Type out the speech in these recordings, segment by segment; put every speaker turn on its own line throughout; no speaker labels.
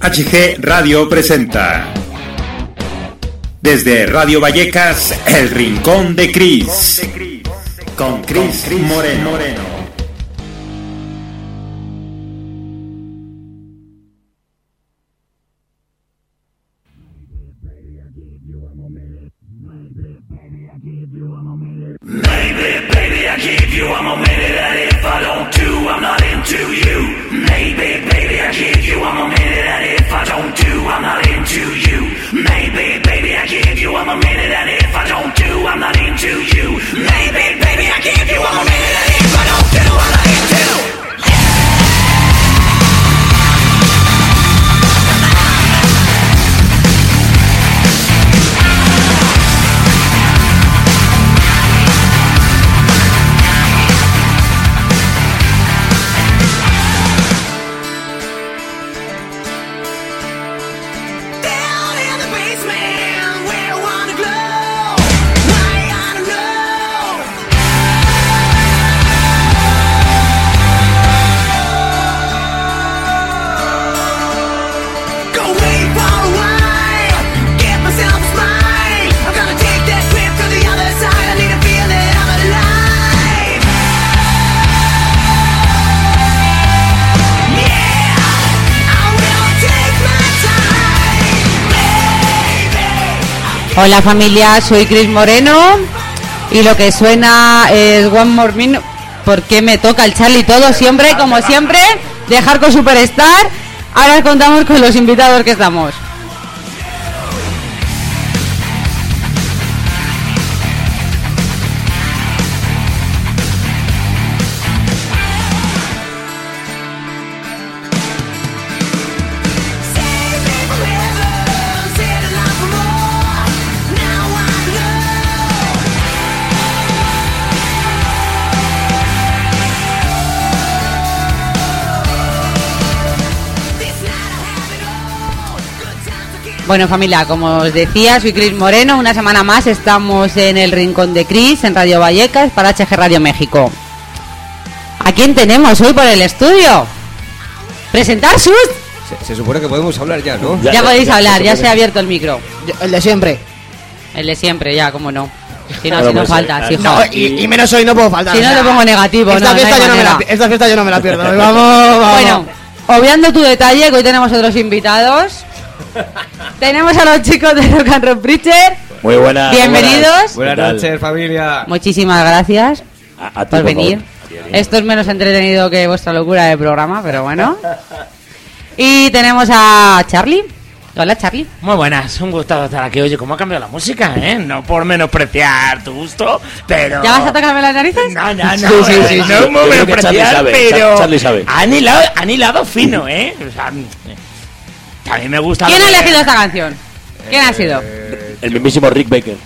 HG Radio presenta. Desde Radio Vallecas, El Rincón de Cris. Con Cris Moreno.
Oh,
Maybe, baby, I give you a minute that if I don't do, I'm not into you. Maybe, baby, I give you a minute that if I don't do, I'm not into you. Maybe, baby, I give you a minute that if I don't do, I'm not into you. Maybe, baby, I give you a minute that if I don't do, I'm not into. Down in the basement, we wanna glow. Why I don't know. Go way far away. Get myself a smile. I'm gonna take that trip to the other side. I need to feel that I'm alive. Yeah, I will take my time, baby.
Hola familia, soy Cris Moreno y lo que suena es One More Minute porque me toca el Charlie todo siempre, como siempre, dejar con Superstar. Ahora contamos con los invitados que estamos.
Save me from heaven, set a light for more. Now I know. This night I have it all. oh, Good times I can't
Bueno familia, como os decía, soy Cris Moreno, una semana más estamos en el Rincón de Cris, en Radio Vallecas, para HG Radio México. ¿A quién tenemos hoy por el estudio? ¿Presentar sus?
Se, se supone que podemos hablar ya, ¿no?
Ya, podéis hablar, ya se ha abierto el micro.
El de siempre.
El de siempre, ya, cómo no. Si no,
Bueno,
si no
pues,
faltas,
eh,
hijo.
No, y, y menos hoy no puedo faltar.
Si
o
no,
sea,
te pongo negativo,
Esta,
no, no
fiesta
hay
yo no me la,
manera.
esta fiesta yo no me la pierdo. Vamos, vamos.
Bueno, obviando tu detalle, que hoy tenemos otros invitados. tenemos a los chicos de Rock and Roll Preacher.
Muy buenas.
Bienvenidos.
Buenas
Buenas
¿Qué tal?
noches, familia.
Muchísimas gracias
A, a ti,
por
favor.
venir. Esto es menos entretenido que vuestra locura de programa, pero bueno. Y tenemos a Charlie. Hola, Charlie.
Muy buenas, un gustazo estar aquí. Oye, ¿cómo ha cambiado la música, eh? No por menospreciar tu gusto, pero...
¿Ya vas a tocarme las narices?
No, no, no,
sí,
eh,
sí, sí.
no
Yo creo
por
que
menospreciar,
Charlie sabe,
pero...
Char- Charlie sabe.
Han hilado, han hilado fino, eh. O sea, también me gusta...
¿Quién
lo
ha
que-
elegido esta canción? ¿Quién ha sido?
El mismísimo Rick Baker.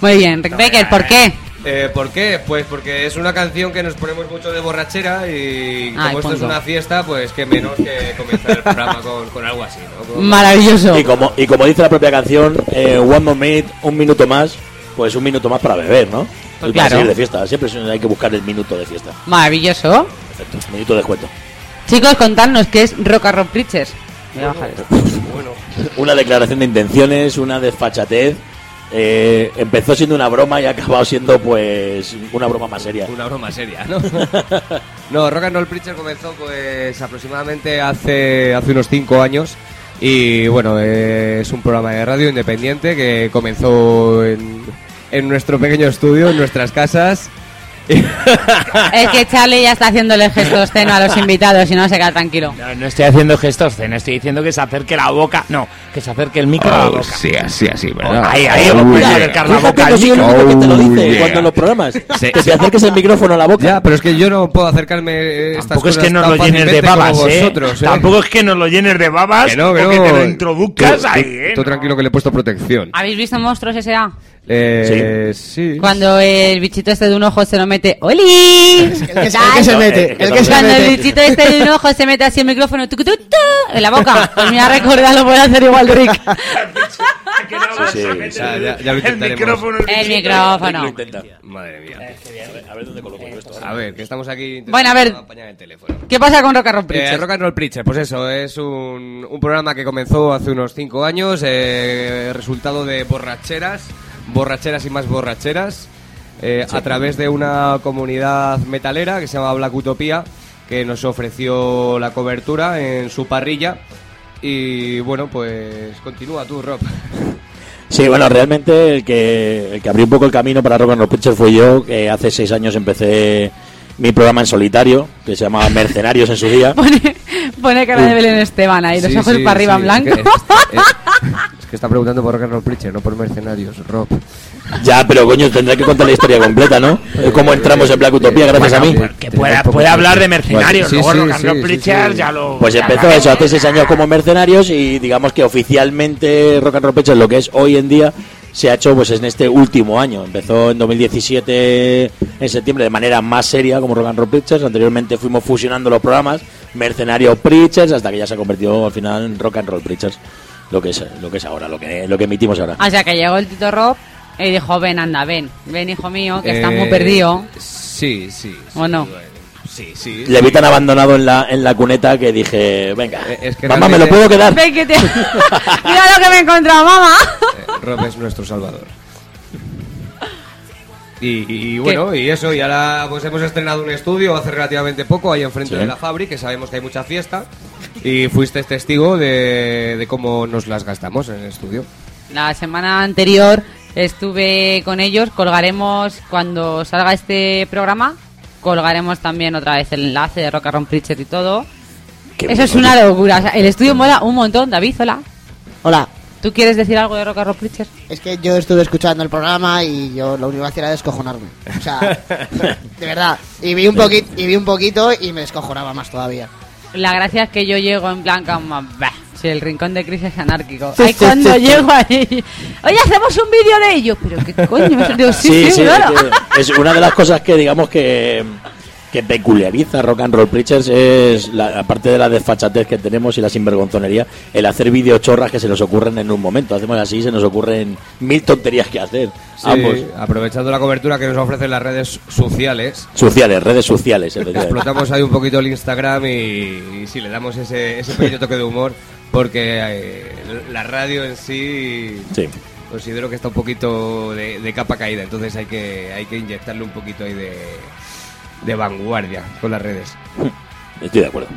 Muy bien, Rick Baker, ¿por qué?
Eh, ¿Por qué? Pues porque es una canción que nos ponemos mucho de borrachera y como
Ay,
esto es
punto.
una fiesta, pues que menos que comenzar el programa con, con algo así, ¿no? Con-
Maravilloso.
Y como, y como dice la propia canción, eh, One More Minute, un minuto más, pues un minuto más para beber, ¿no?
Pues
y para
claro.
seguir de fiesta. Siempre se- hay que buscar el minuto de fiesta.
Maravilloso.
Perfecto. Un minuto de cuento.
Chicos, contadnos qué es Rock and Roll Preachers.
Una declaración de intenciones, una desfachatez. eh, empezó siendo una broma y ha acabado siendo, pues, una broma más seria.
Una broma seria, ¿no? no, Rock and Roll Preacher comenzó pues aproximadamente hace, hace unos 5 años y bueno, eh, es un programa de radio independiente que comenzó en, en nuestro pequeño estudio, en nuestras casas.
Es que Charlie ya está haciéndole gestos obsceno a los invitados y no se queda tranquilo.
No, no estoy haciendo gestos, no estoy diciendo que se acerque la boca. No, que se acerque el micro a la boca.
Ah, Sí, así, así, ¿verdad?
Ahí, ahí, vamos a acercar la boca
Fíjate, no
al
soy
micro.
el único que te lo
Oh,
dice
yeah.
cuando en los programas.
Sí.
Que te acerques el micrófono a la boca.
Ya, pero es que yo no puedo acercarme eh, estas
Tampoco es
cosas
que nos
tan
lo llenes de
fácilmente como
babas, ¿eh?
vosotros,
Tampoco es que nos lo llenes de babas
que no, que
o que
no.
te lo introduzcas
Tú-
ahí,
tú-
¿eh?
Tú
No.
tranquilo que le he puesto protección.
Ah,
¿Habéis visto Monstruos S.A.?
Eh, sí.
Cuando el bichito este de un ojo se lo mete... ¡Oli!
El que, se- el que se mete. El que se
Cuando el
mete.
bichito este de un ojo se mete así el micrófono... tucu, tu, tu, en la boca. Pues mira, recordad, lo voy a hacer igual, Rick.
ha quedado
Sí, sí.
solamente
O sea, ya, ya lo
el
intentaremos.
micrófono. Eh,
El
Lo
micrófono.
intenta.
Madre mía.
A ver dónde coloco yo esto.
A ver, que estamos aquí intentando
Bueno, a ver.
apañar el teléfono.
¿Qué pasa con Rock and Roll
Eh,
Preacher?
Rock and Roll Preacher, pues eso, es un, un programa que comenzó hace unos 5 años, eh, resultado de borracheras, borracheras y más borracheras, eh, a través de una comunidad metalera que se llama Black Utopía, que nos ofreció la cobertura en su parrilla. Y bueno, pues continúa tú, Rob.
Sí, bueno, realmente el que, el que abrió un poco el camino para Rock and Roll Pictures fue yo, que hace seis años empecé mi programa en solitario, que se llamaba Mercenarios en su día.
Pone, pone cara de
Uh.
Belén Esteban ahí, los
Sí,
ojos
sí,
para arriba
sí,
en
es que-
blanco.
es- es- es que está preguntando por Rock and Roll Preacher, no por mercenarios, Rob.
Ya, pero coño, tendré que contar la historia completa, ¿no? Eh, ¿Cómo entramos en Black Utopía gracias a mí?
Que pueda, pueda hablar de mercenarios.
Sí,
Luego
sí,
Rock and Roll
sí, sí,
Preacher
sí.
ya lo.
Pues
ya
empezó
lo-
eso hace seis años como mercenarios y digamos que oficialmente Rock and Roll Pictures, lo que es hoy en día, se ha hecho pues en este último año. Empezó en 2017, en septiembre, de manera más seria como Rock and Roll Pictures. Anteriormente fuimos fusionando los programas, Mercenarios Preachers, hasta que ya se ha convertido al final en Rock and Roll Preachers. Lo que es, lo que es ahora, lo que, lo que emitimos ahora.
Ah,
O sea que llegó el Tito Rob y dijo, ven, anda, ven, ven, hijo mío, que estás muy
Eh,
perdido.
Sí, sí. sí,
¿O no?
bueno, Sí, sí.
Le vi tan abandonado en la, en la cuneta que dije, venga,
Eh, es que
mamá, ¿me lo
realmente-
puedo quedar?
Ven, que te... Mira lo que me he encontrado, mamá.
Eh, Rob es nuestro salvador. Y, y- y bueno, y eso, y ahora pues hemos estrenado un estudio hace relativamente poco ahí enfrente
Sí.
de la Fabri, que sabemos que hay mucha fiesta, y fuiste testigo de, de cómo nos las gastamos en el estudio.
La semana anterior estuve con ellos, colgaremos, cuando salga este programa, colgaremos también otra vez el enlace de Rock and Roll Preacher y todo.
Qué
Eso es
bueno,
una locura, o sea, el estudio mola un montón, David, hola.
Hola.
¿Tú quieres decir algo de Rock and Roll Preacher?
Es que yo estuve escuchando el programa y yo lo único que hacía era descojonarme. O sea, de verdad. Y vi un poquito y vi un poquito y me descojonaba más todavía.
La gracia es que yo llego en blanca como... "Bah, Si el rincón de crisis es anárquico.
Sí,
Ahí
sí,
cuando
sí, sí.
llego ahí... Oye, hacemos un vídeo de ellos. Pero qué coño. Digo, sí, sí, claro.
que Es una de las cosas que digamos que, que peculiariza Rock and Roll Preachers es, la, aparte de la desfachatez que tenemos y la sinvergonzonería, el hacer videochorras que se nos ocurren en un momento. Hacemos así y se nos ocurren mil tonterías que hacer.
Sí,
Ambos.
Aprovechando la cobertura que nos ofrecen las redes sociales,
Sociales, redes sociales. efectivamente.
explotamos ahí un poquito el Instagram y, y sí, le damos ese, ese pequeño toque de humor, porque eh, la radio en sí
Sí.
considero que está un poquito de, de capa caída, entonces hay que, hay que inyectarle un poquito ahí de, de vanguardia con las redes.
Estoy de acuerdo.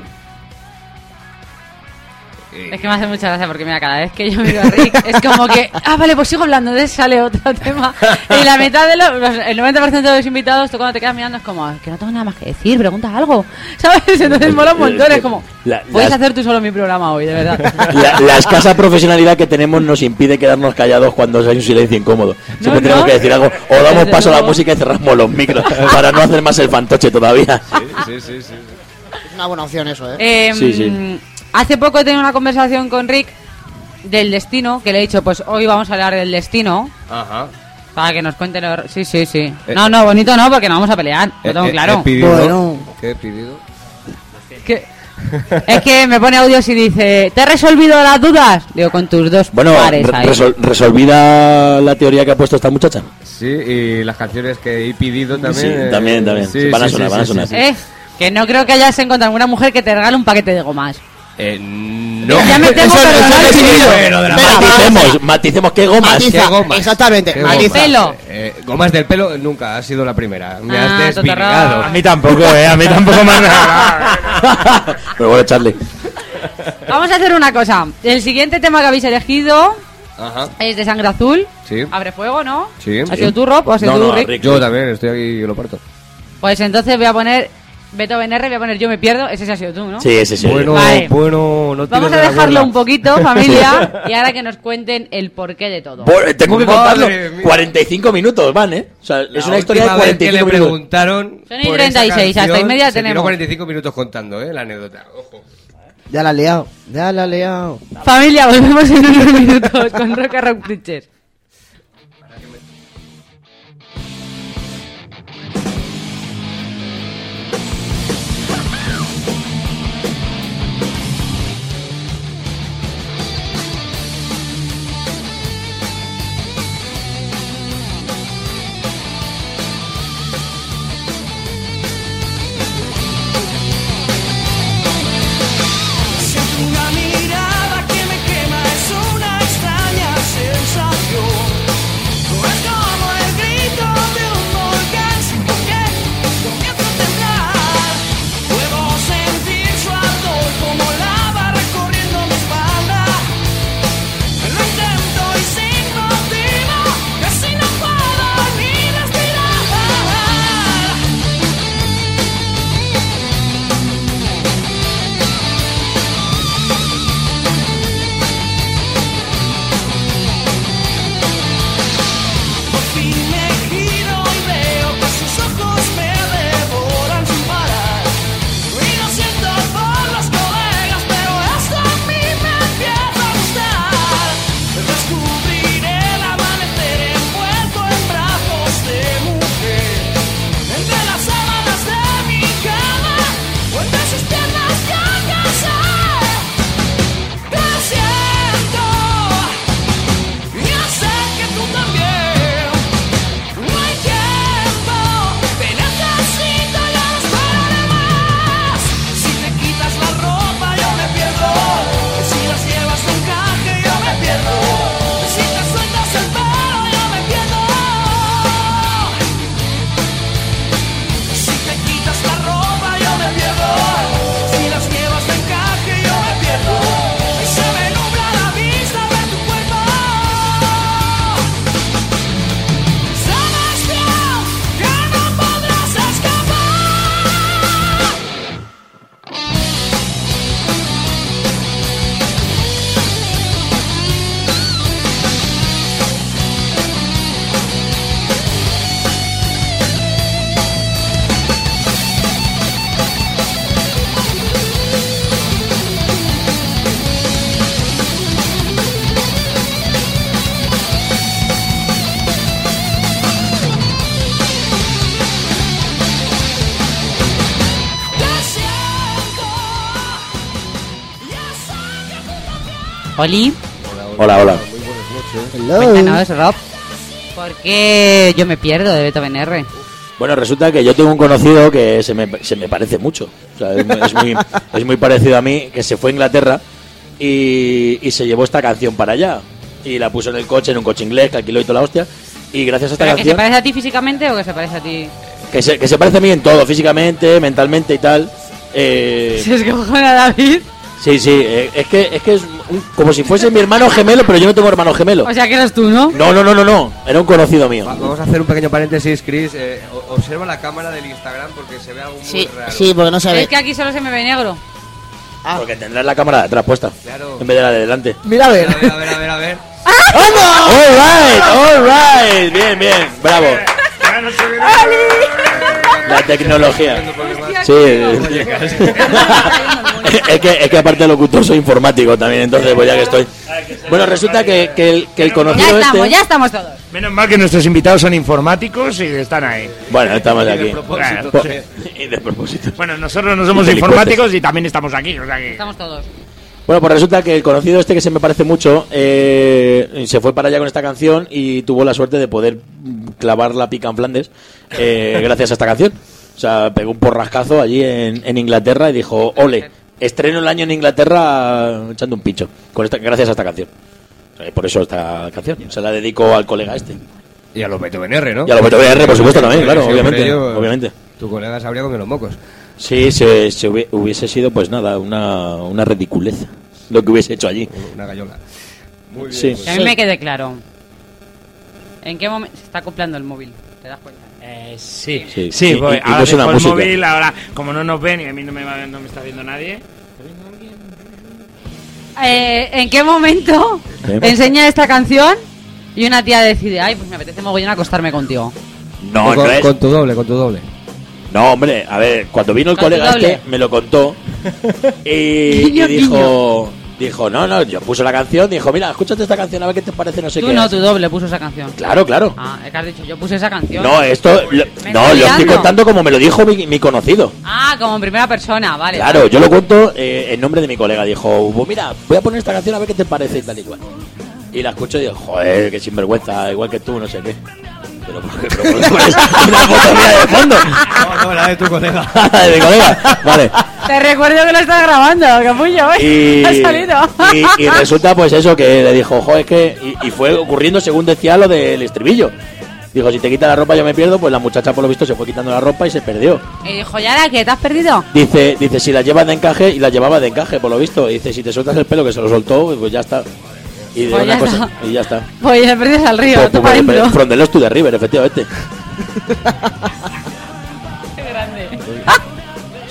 Eh,
Es que me hace mucha gracia porque mira, cada vez que yo miro a Rick es como que... Ah, vale, pues sigo hablando. Entonces sale otro tema. Y la mitad de los... los- El 90% de los invitados, tú cuando te quedas mirando es como... "Es Que no tengo nada más que decir. Pregunta algo. ¿Sabes? Entonces mola un montón. Es como...
La-
Puedes
las-
hacer tú solo mi programa hoy, de verdad.
La, la escasa profesionalidad que tenemos nos impide quedarnos callados cuando hay un silencio incómodo. Siempre
No,
tenemos
no.
que decir algo. O damos
Desde
paso a la
luego.
música y cerramos los micros para no hacer más el fantoche todavía.
sí, sí, sí, sí.
Es una buena opción eso, ¿eh?
Eh,
Sí, sí.
Hace poco tenía una conversación con Rick del destino, que le he dicho, pues hoy vamos a hablar del destino,
Ajá.
para que nos cuente lo... Sí, sí, sí.
Eh,
no, no, bonito no, porque no vamos a pelear, lo
Eh,
tengo
eh,
claro.
he pedido-
Bueno.
¿Qué he pedido?
Que- es que me pone audios y dice, ¿te he resolvido las dudas? Digo, con tus dos
Bueno,
pares
re-
ahí.
resol- resolvida la teoría que ha puesto esta muchacha.
Sí, y las canciones que he pedido también.
Sí,
eh,
también, también. Van a sonar, van a sonar.
Eh, que no creo que hayas encontrado alguna mujer que te regale un paquete de gomas.
Eh, no.
Ya me tengo
Eso-
que
eso
regalar
es
el
decidido.
dinero.
Bueno, de la
Venga,
maticemos, maticemos, qué gomas.
Matiz-
¿Qué
Matiza,
gomas?
exactamente,
¿Qué
matiza.
Pelo.
Eh, gomas del pelo nunca ha sido la primera. Me
Ah,
has desvirgado.
A mí tampoco, eh. A mí tampoco me han
Pero bueno, Charlie.
Vamos a hacer una cosa. El siguiente tema que habéis elegido
Ajá.
es de sangre azul.
Sí.
Abre fuego, ¿no?
Sí.
¿Has sido tú, Rob? ¿O has sido
No,
tú,
no,
Rick?
Rick.
Yo también estoy aquí y lo parto.
Pues entonces voy a poner Beethoven R, voy a poner Yo me pierdo. Ese sí ha sido tú, ¿no?
Sí, sí, sí.
Bueno,
Vale.
bueno, no
Vamos
tires
a
de la
dejarlo
cuerda.
un poquito, familia, y ahora que nos cuenten el porqué de todo.
Por- tengo que contarlo.
Madre mía.
45 minutos, van, ¿eh? O sea,
La
es una historia de
última vez que
45
le
minutos.
preguntaron.
Son y
por esa
36, hasta
canción,
y media
se tiró
tenemos.
45 minutos contando, ¿eh? La anécdota. Ojo.
Ya la has liado, ya la has liado.
Familia, volvemos en unos minutos con Roca Rock Preacher. Oli,
Hola, hola.
cuéntanos, Rob, ¿por qué yo me pierdo de Beethoven R?
Bueno, resulta que yo tengo un conocido que se me, se me parece mucho. O sea, es, es muy, es muy parecido a mí, que se fue a Inglaterra y, y se llevó esta canción para allá. Y la puso en el coche, en un coche inglés, que alquiló y toda la hostia. Y gracias a esta
¿Pero que se
canción,
parece a ti físicamente o que se parece a ti?
que, se, que se parece a mí en todo, físicamente, mentalmente y tal. eh,
Se escojona David.
sí, sí, eh, es que es, que es un- como si fuese mi hermano gemelo, pero yo no tengo hermano gemelo.
O sea que eres tú, ¿no?
No, no, no, no, no, era un conocido mío.
Va- vamos a hacer un pequeño paréntesis, Chris. Eh, o- observa la cámara del Instagram porque se ve algo muy
Sí,
raro.
sí, porque no se
Es
ve.
que aquí solo se me ve negro.
Porque tendrás la cámara de atrás puesta,
Claro.
en vez de la de delante.
Mira a
A ver,
ver.
a ver, a ver, a ver.
¡Ah,
All right, all right. Bien, bien. Bravo. La tecnología. Sí. eh. es, que, es que aparte de locutor soy informático también, entonces pues ya que estoy. Bueno, resulta que, que el, que el
Ya
conocido
estamos,
este...
ya estamos todos.
Menos mal que nuestros invitados son informáticos y están ahí.
Bueno, estamos aquí. pues,
propósito.
Bueno,
Y de propósito.
Bueno, nosotros no somos
Delincuentes.
informáticos y también estamos aquí. O sea que...
Estamos todos.
Bueno, pues resulta que el conocido este que se me parece mucho eh, se fue para allá con esta canción y tuvo la suerte de poder mm, clavar la pica en Flandes eh, gracias a esta canción. O sea, pegó un porrascazo allí en, en Inglaterra y dijo, ole, estreno el año en Inglaterra echando un pincho, con esta, gracias a esta canción. O sea, Por eso esta canción. Se la dedico al colega este.
Y a los Beethoven R, ¿no?
Y a los Beethoven R, por supuesto, también, claro,
Sí,
obviamente,
por ello,
obviamente.
Tu colega se habría comido los mocos.
Sí, se, se hubie- hubiese sido, pues nada, una, una ridiculez lo que hubiese hecho allí.
Una gallola. Muy bien.
Sí.
Que a mí me quede claro. ¿En qué momento se está acoplando el móvil? ¿Te das cuenta?
Eh, sí,
Sí.
sí,
Y-
porque
y- y
ahora
puso una
dejo el
música.
móvil, ahora como no nos ven y a mí no me, va- no me está viendo nadie. ¿Está viendo alguien?
Eh, ¿En qué momento
Sí.
enseña esta canción y una tía decide, ay, pues me apetece mogollón acostarme contigo?
No,
con,
no es.
con tu doble, con tu doble.
No, hombre, a ver, cuando vino el
Con tu
colega
doble.
este, me lo contó y, y
Guiño,
dijo, dijo, no, no, yo puso la canción, dijo, mira, escúchate esta canción a ver qué te parece, no sé
Tú
qué.
no, tu doble puso esa canción.
Claro, claro.
Ah, es que has dicho, yo puse esa canción.
No, esto, lo-
Me
no,
estoy
lo estoy
liando.
contando como me lo dijo mi, mi conocido.
Ah, como en primera persona, vale.
Claro, yo lo cuento eh, en nombre de mi colega. Dijo, "Pues mira, voy a poner esta canción a ver qué te parece y tal y cual. Y la escucho y digo, joder, qué sinvergüenza, igual que tú, no sé qué. Pero, ¿por qué- pero ¿por qué pones una foto mía de fondo.
No, no, la de tu colega.
de mi colega. Vale.
Te recuerdo que lo estás grabando, capullo,
Y,
¿eh? Ha salido.
y- y resulta pues eso que le dijo, jo, es que... Y, y fue ocurriendo según decía lo del estribillo. Dijo, si te quita la ropa yo me pierdo, pues la muchacha por lo visto se fue quitando la ropa y se perdió.
Y dijo, ¿y ahora qué? ¿Te has perdido?
Dice, dice si la llevas de encaje, y la llevaba de encaje por lo visto. Y dice, si te sueltas el pelo que se lo soltó, pues ya está. Y, de
Pues
una
ya
cosa-
está.
y ya está.
Pues te perdido al río,
Pues-
tú
pues-
para
pues-
adentro.
From the Lost to the River, efectivamente.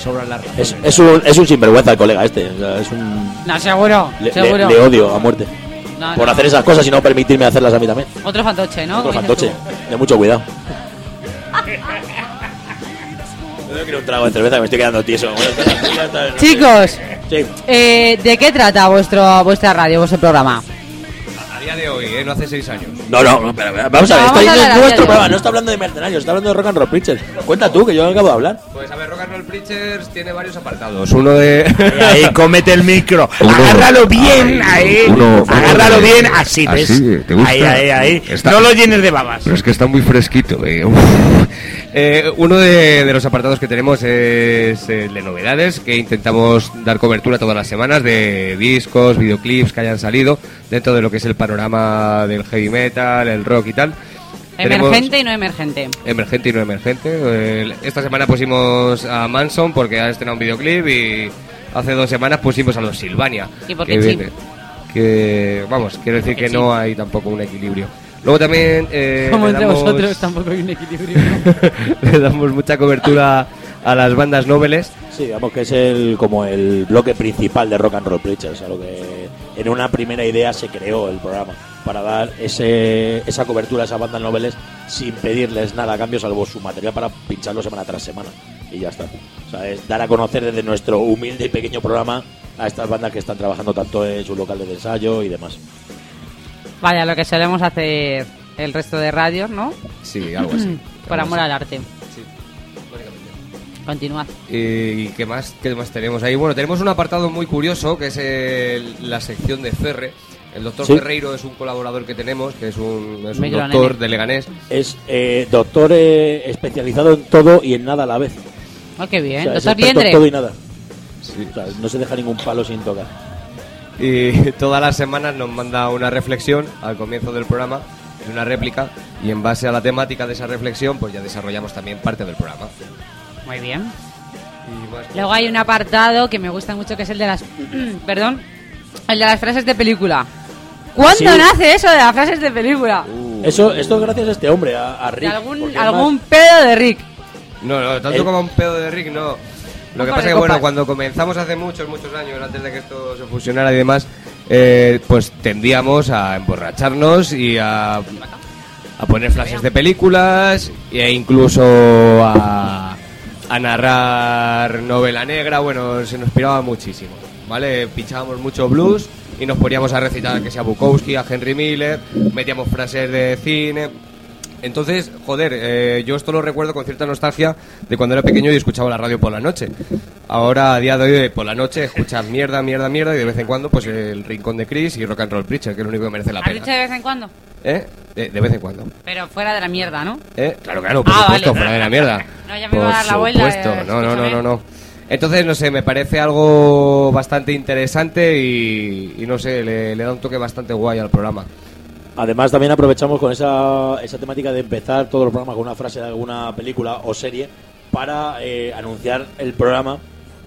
Sobran las razones.
Es, es un, es un sinvergüenza el colega este. o sea, es un-
No, seguro,
le, le-
seguro. Ah,
le odio a muerte.
No,
por
no.
hacer esas cosas y no permitirme hacerlas a mí también.
Otro fantoche, ¿no?
Otro
Como
fantoche.
dices tú.
De mucho cuidado. Yo quiero un trago de cerveza, que me estoy quedando tieso. Bueno, está- ya está-
Chicos,
Sí.
eh, ¿de qué trata vuestro vuestra radio, vuestro programa?
A día de hoy, ¿eh? No hace seis años.
No, no, no, pero, pero, vamos a ver,
No,
esto
vamos
es
a hablar,
nuestro
ya, ya.
programa, no está hablando de mercenarios, está hablando de rock and roll preachers. Cuenta tú, que yo acabo de hablar.
Pues a ver, Rock and Roll Preachers tiene varios apartados. Uno de.
Ahí, cómete el micro. Agárralo bien, ahí.
uno-
Agárralo
uno-
bien, así, ¿ves?
así, ¿te gusta?
Ahí, ahí, ahí.
Está-
No lo llenes de babas.
Pero es que está muy fresquito, eh.
Eh, uno de, de los apartados que tenemos es eh, el de novedades, que intentamos dar cobertura todas las semanas de discos, videoclips que hayan salido dentro de lo que es el panorama del heavy metal, el rock y tal. Tenemos-
Emergente y no emergente.
Emergente y no emergente. Eh, esta semana pusimos a Manson porque ha estrenado un videoclip y hace dos semanas pusimos a los Silvania.
Y porque sí.
que vamos, quiero decir
Porque
que
sí.
no hay tampoco un equilibrio. Luego también... eh,
Como
le
entre
damos-
vosotros tampoco hay un equilibrio.
le damos mucha cobertura a las bandas noveles.
Sí, digamos que es el, como el bloque principal de rock and roll preachers, a lo que en una primera idea se creó el programa, para dar ese, esa cobertura a esas bandas noveles sin pedirles nada a cambio, salvo su material para pincharlo semana tras semana. Y ya está. O sea, es dar a conocer desde nuestro humilde y pequeño programa a estas bandas que están trabajando tanto en sus locales de ensayo y demás.
Vaya, lo que solemos hacer el resto de radios, ¿no?
Sí, algo así.
Por amor al arte. Continuad.
Eh, ¿Y qué más, qué más tenemos ahí? Bueno, tenemos un apartado muy curioso que es el- la sección de Ferre. El doctor
Sí.
Ferreiro es un colaborador que tenemos, que es un, es un
Micro
doctor
nene.
de Leganés.
Es eh, doctor eh, especializado en todo y en nada a la vez.
Ah, qué bien.
O sea, es
Doctor
experto en todo y
Liendre.
nada.
Sí.
O sea, no se deja ningún palo sin tocar.
Y todas las semanas nos manda una reflexión al comienzo del programa, y una réplica, y en base a la temática de esa reflexión, pues ya desarrollamos también parte del programa.
Muy bien.
Y más-
Luego hay un apartado que me gusta mucho que es el de las. perdón. El de las frases de película. ¿Cuándo
Sí.
nace eso de las frases de película?
Eso, esto es gracias a este hombre, a, a
De
Rick.
algún,
porque
algún pedo de Rick.
No, no, tanto
El-
como un pedo de Rick, no. Lo que
Ojo
pasa
de
que, bueno,
copas.
cuando comenzamos hace muchos, muchos años, antes de que esto se fusionara y demás, eh, pues tendíamos a emborracharnos y a, a poner flashes de películas e incluso a, a narrar novela negra. Bueno, se nos piraba muchísimo, ¿vale? Pinchábamos mucho blues y nos poníamos a recitar que sea Bukowski, a Henry Miller, metíamos frases de cine. Entonces, joder, eh, yo esto lo recuerdo con cierta nostalgia de cuando era pequeño y escuchaba la radio por la noche. Ahora, a día de hoy, eh, por la noche escuchas mierda, mierda, mierda y de vez en cuando, pues el Rincón de Chris y Rock and Roll Preacher, que es lo único que merece la
¿Has dicho
pena.
de vez en cuando?
¿Eh? De, de vez en cuando.
Pero fuera de la mierda, ¿no?
¿Eh? Claro, claro, por
Ah,
supuesto,
vale.
fuera de la mierda.
No, ya me
por
iba a dar la vuelta,
supuesto,
eh,
no, no, no, no,
escúchame.
no. Entonces, no sé, me parece algo bastante interesante y, y no sé, le- le da un toque bastante guay al programa.
Además, también aprovechamos con esa, esa temática de empezar todos los programas con una frase de alguna película o serie para eh, anunciar el programa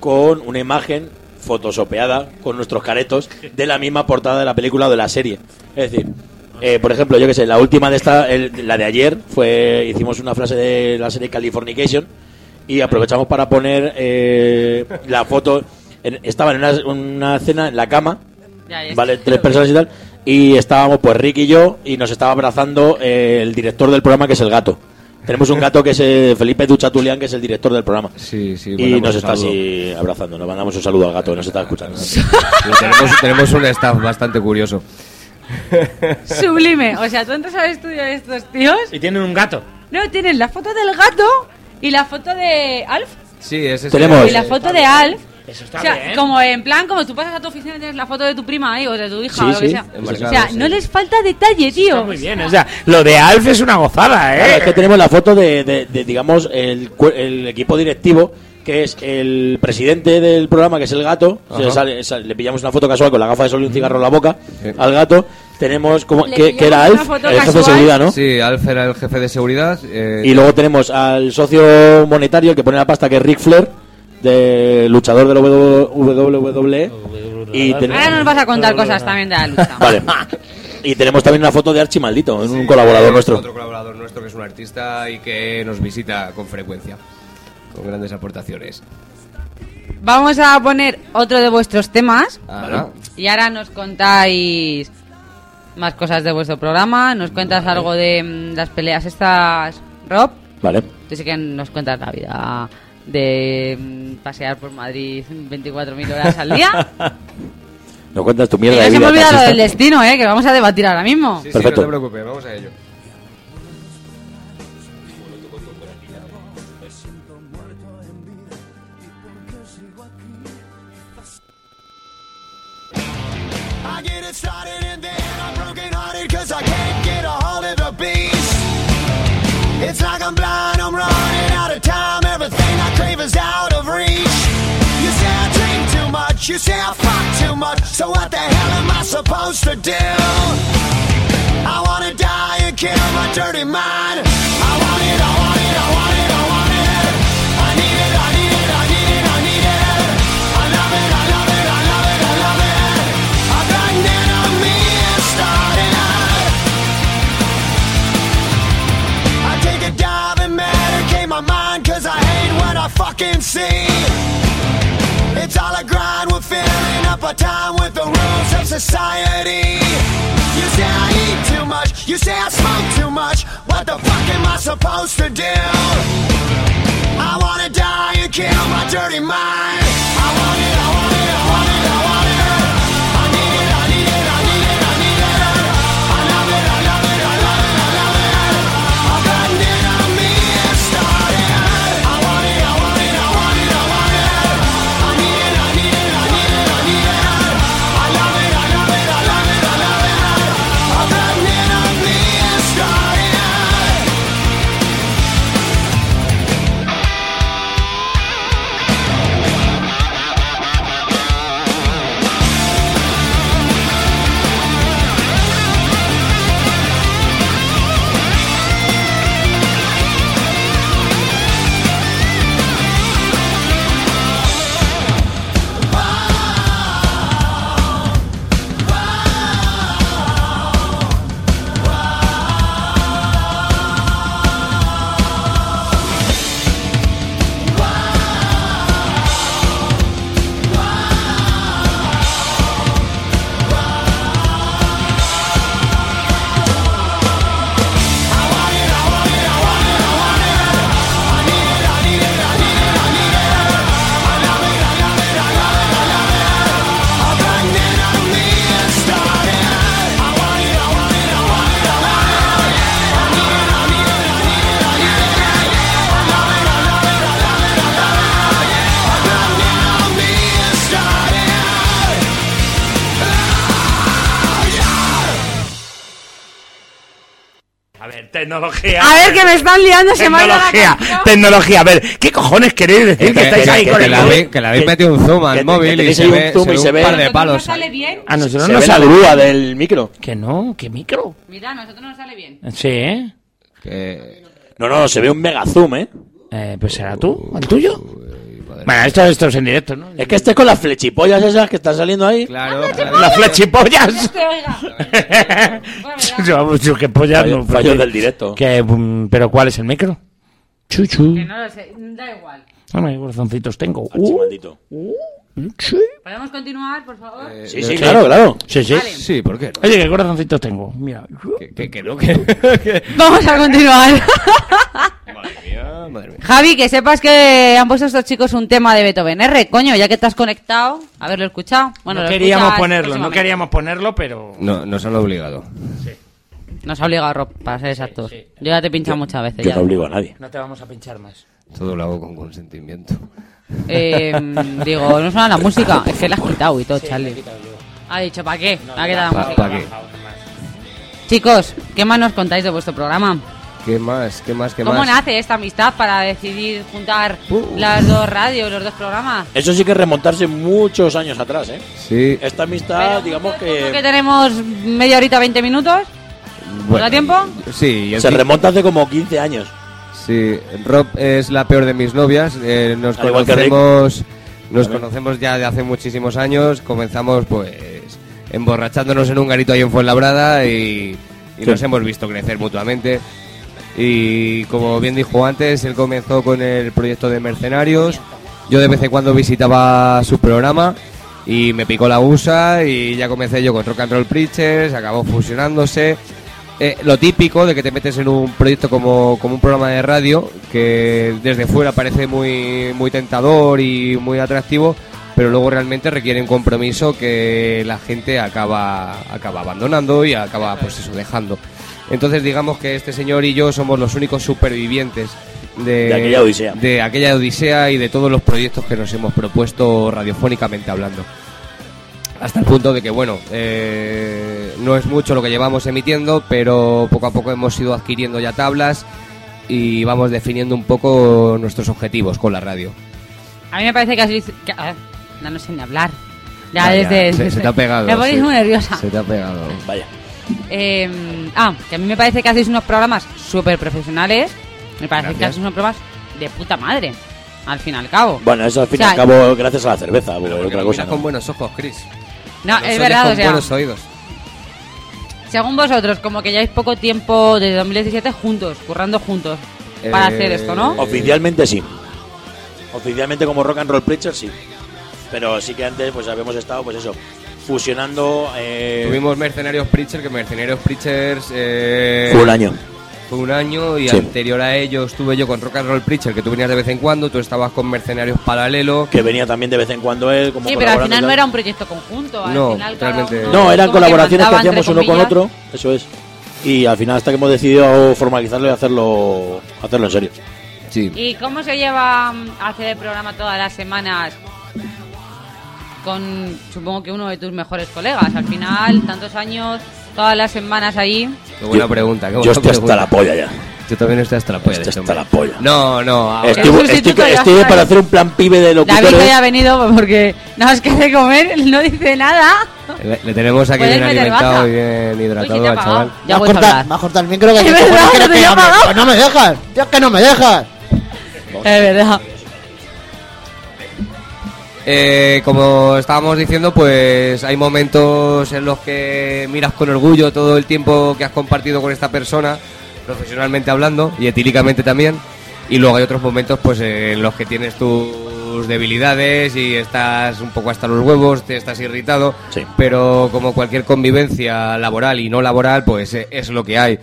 con una imagen fotosopeada con nuestros caretos de la misma portada de la película o de la serie. Es decir, eh, por ejemplo, yo que sé, la última de esta, el- la de ayer, fue hicimos una frase de la serie Californication y aprovechamos para poner eh, la foto. en- estaba en una, una cena en la cama
Ya, ya
Vale,
está.
tres personas y tal. Y estábamos, pues Rick y yo, y nos estaba abrazando eh, el director del programa, que es el gato. Tenemos un gato que es eh, Felipe Duchatulian, que es el director del programa.
Sí, sí,
Y
mandamos
nos
un
está
saludo.
así abrazando. Nos mandamos un saludo al gato, que nos está escuchando.
Y tenemos, tenemos un staff bastante curioso.
Sublime. O sea, tú entras al estudio de estos tíos.
Y tienen un gato.
No, tienen la foto del gato y la foto de Alf.
Sí, ese es
Tenemos-
el-
Pues,
y la foto de Alf.
Eso está
o sea,
bien.
como en plan, como tú pasas a tu oficina y tienes la foto de tu prima ahí o de tu hija
Sí,
o lo que
sí.
sea.
Enmarcado,
o sea,
sí.
no les falta detalle, tío.
Está muy bien, o sea, lo de Alf es una gozada,
Claro,
¿eh?
es que tenemos la foto de, de- de, digamos, el, cu- el equipo directivo, que es el presidente del programa, que es el gato. Se
Ajá.
sale- sale- le pillamos una foto casual con la gafa de sol y un cigarro en la boca
Sí.
al gato. Tenemos, como,
Le
que, que era
pillamos
Alf,
una foto
el jefe de
casual.
seguridad, ¿no?
Sí, Alf era el jefe de seguridad. eh,
Y luego tenemos al socio monetario, el que pone la pasta, que es Rick Flair, de luchador de la WWE. E. Y ten-
Ahora nos vas a contar cosas también de la lucha.
Vale. Y tenemos también una foto de Archie Maldito, un
sí,
colaborador
es
nuestro.
Otro colaborador nuestro que es un artista y que nos visita con frecuencia. Con grandes aportaciones.
Vamos a poner otro de vuestros temas
Ajá.
y ahora nos contáis más cosas de vuestro programa. Nos cuentas algo de mm, las peleas estas, Rob.
Vale.
Tú sí que nos cuentas la vida de mm, pasear por Madrid 24.000 horas al día.
No cuentas tu
Que
mierda
no se
de
me
vida.
ha olvidado lo
taxista.
del destino, ¿eh? Que lo vamos a debatir ahora mismo.
Sí, sí,
Perfecto.
no te preocupes, vamos a ello.
I get it started and then I'm broken hearted cause I can't get a hold of a beast. It's like I'm blind, I'm running out of time. Everything I crave is out of reach. You say I drink too much, you say I fuck too much. So what the hell am I supposed to do? I wanna die and kill my dirty mind. I want it, I want it, I want it, I want it. I need it, I need it, I need it, I need it. I love it, I love it, I love it, I love it. I've got an enemy starting out. I take a dive and medicate my mind Cause I hate what I fucking see It's all a grind, we're filling up our time with the rules of society You say I eat too much, you say I smoke too much What the fuck am I supposed to do? I wanna die and kill my dirty mind I want it, I want it, I want it, I want it I need it, I need it, I need it, I need it I love it, I love it, I love it, I love it I've got an enemy starting. I want it, I want it, I want it.
Tecnología.
A ver, que me están liando, se me ha ido la
Tecnología,
canción.
tecnología. A ver, ¿qué cojones queréis decir que,
Que-
estáis
que-
ahí
que
con
te
el
la
móvil?
ve- que le habéis
Que-
metido un zoom
que-
al móvil
que
y
tenéis
se
ahí un
ve,
zoom
se
y
ve
se
un
ve-
par
Nosotros
de
nos
palos. eh.
sale bien.
A nosotros
Se
no
ve la
sale.
grúa del micro.
Que no, que micro.
Mira, a nosotros nos sale bien.
Sí, ¿eh?
Que-
No, no, se ve un mega zoom, ¿eh?
Eh, pues será tú, el tuyo. Bueno, esto, esto es en directo, ¿no?
Es que este es con las flechipollas esas que están saliendo ahí.
Claro, claro.
¡Las flechipollas!
Te oiga.
yo, vamos, yo que pollas
Fallo-
no,
fallo
flechi-
del directo.
Que, mm, ¿Pero cuál es el micro? Chuchu.
Que no lo sé, da igual.
No me corazoncitos tengo.
Archi,
Uh,
maldito.
sí.
¿Podemos continuar, por favor?
Sí, sí, claro, claro.
Sí, sí.
Vale.
Eh, Sí, ¿por qué? no?
Oye, ¿qué corazoncitos tengo? Mira.
Que, que, que no, que, que-
Vamos a continuar.
Ah, madre mía.
Javi, que sepas que han puesto estos chicos un tema de Beethoven R, coño, ya que estás conectado, haberlo escuchado. Bueno,
no
lo
queríamos
escuchas
ponerlo, no
próximamente.
queríamos ponerlo, pero...
No, nos han obligado.
Nos ha obligado Rob, para ser exactos. Yo ya te he pinchado muchas veces.
Yo
ya.
no obligo a nadie.
No te vamos a pinchar más.
Pues
Todo lo hago con consentimiento.
Eh, mm, digo, no suena la música, es que la has quitado y todo, Charlie. Ha dicho, ¿para qué? ha quitado la música.
¿Para qué?
Chicos, ¿qué más nos contáis de vuestro programa?
¿Qué más? ¿Qué más? ¿Qué
¿Cómo
más?
nace esta amistad para decidir juntar
Uh.
las dos radios, los dos programas?
Eso sí que es remontarse muchos años atrás, ¿eh?
Sí.
Esta amistad,
Pero
digamos
creo que
que
tenemos media horita, 20 minutos.
bueno,
da tiempo?
Sí, y en
se
fin-
remonta hace como 15 años.
Sí, Rob es la peor de mis novias. eh, nos
Al igual que Rick.
conocemos, nos conocemos ya de hace muchísimos años. Comenzamos pues emborrachándonos en un garito ahí en Fuenlabrada y, y nos hemos visto crecer mutuamente. Y como bien dijo antes, él comenzó con el proyecto de Mercenarios. Yo de vez en cuando visitaba su programa y me picó la USA y ya comencé yo con Rock and Roll Preachers, acabó fusionándose. Eh, lo típico de que te metes en un proyecto como, como un programa de radio que desde fuera parece muy, muy tentador y muy atractivo, pero luego realmente requiere un compromiso que la gente acaba, acaba abandonando y acaba pues eso, dejando. Entonces digamos que este señor y yo somos los únicos supervivientes de,
De aquella odisea.
de aquella odisea y de todos los proyectos que nos hemos propuesto radiofónicamente hablando. Hasta el punto de que, bueno, eh, no es mucho lo que llevamos emitiendo, pero poco a poco hemos ido adquiriendo ya tablas y vamos definiendo un poco nuestros objetivos con la radio.
A mí me parece que has visto- que- ah, no, no sé ni hablar. Ya
Vaya,
desde.
se, se te ha pegado.
Me ponéis
sí.
muy nerviosa.
Se te ha pegado.
Vaya.
Eh, ah, que a mí me parece que hacéis unos programas súper profesionales. Me parece que
Gracias.
hacéis unos programas de puta madre. Al fin y al cabo.
Bueno, eso al fin y
O sea,
al cabo gracias a la cerveza, porque
Porque
otra
lo
cosa.
miras
¿no?
con buenos ojos, Chris.
No,
Los
Ah, es
oyes
verdad,
con
o sea.
buenos oídos.
Según vosotros, como que lleváis poco tiempo desde 2017 juntos, currando juntos. Para
Eh,
hacer esto, ¿no?
Oficialmente sí. Oficialmente como Rock and Roll Preacher sí. Pero sí que antes pues habíamos estado pues eso, fusionando eh,
Tuvimos Mercenarios Preachers, que Mercenarios Preachers... eh,
fue un año.
Fue un año y
Sí.
anterior a ello estuve yo con Rock and Roll Preacher, que tú venías de vez en cuando, tú estabas con Mercenarios Paralelo.
Que venía también de vez en cuando él como
Sí, pero al
colaborando y
final no
tal.
era un proyecto conjunto. Al
No,
final cada
realmente-
uno
No, eran
como
colaboraciones que,
mandaba, entre
hacíamos uno con
comillas.
otro, eso es. Y al final hasta que hemos decidido formalizarlo y hacerlo hacerlo en serio.
Sí.
¿Y cómo se lleva mm, hacer el programa todas las semanas? Con, supongo que uno de tus mejores colegas. Al final, tantos años, todas las semanas ahí.
Qué buena
Yo-
pregunta. qué
Yo
buena
estoy hasta
pregunta.
la polla ya.
Yo también estoy hasta la polla.
Estoy
de este
hasta
hombre.
la polla.
No, no, ahora-
un
Estoy, estoy,
sustituto ya
estoy
está.
para hacer un plan pibe de
David
locutores.
hoy ha venido porque no os quiere comer, no dice nada.
Le, le tenemos aquí
Puedes
bien
meter
alimentado
baza.
y bien hidratado
Uy, si
al
te ha apagado. Ya
chaval.
puedes
me, has cortado,
hablar.
me has cortado el micro que
Es
te-
verdad,
¿por qué no
que te he
pegame?
llamado.
Pues no me dejas, tío, es que no me dejas.
Es verdad.
Eh, como estábamos diciendo, pues hay momentos en los que miras con orgullo todo el tiempo que has compartido con esta persona, profesionalmente hablando y etílicamente también. Y luego hay otros momentos pues eh, en los que tienes tus debilidades y estás un poco hasta los huevos, te estás irritado,
Sí.
pero como cualquier convivencia laboral y no laboral, pues eh, es lo que hay.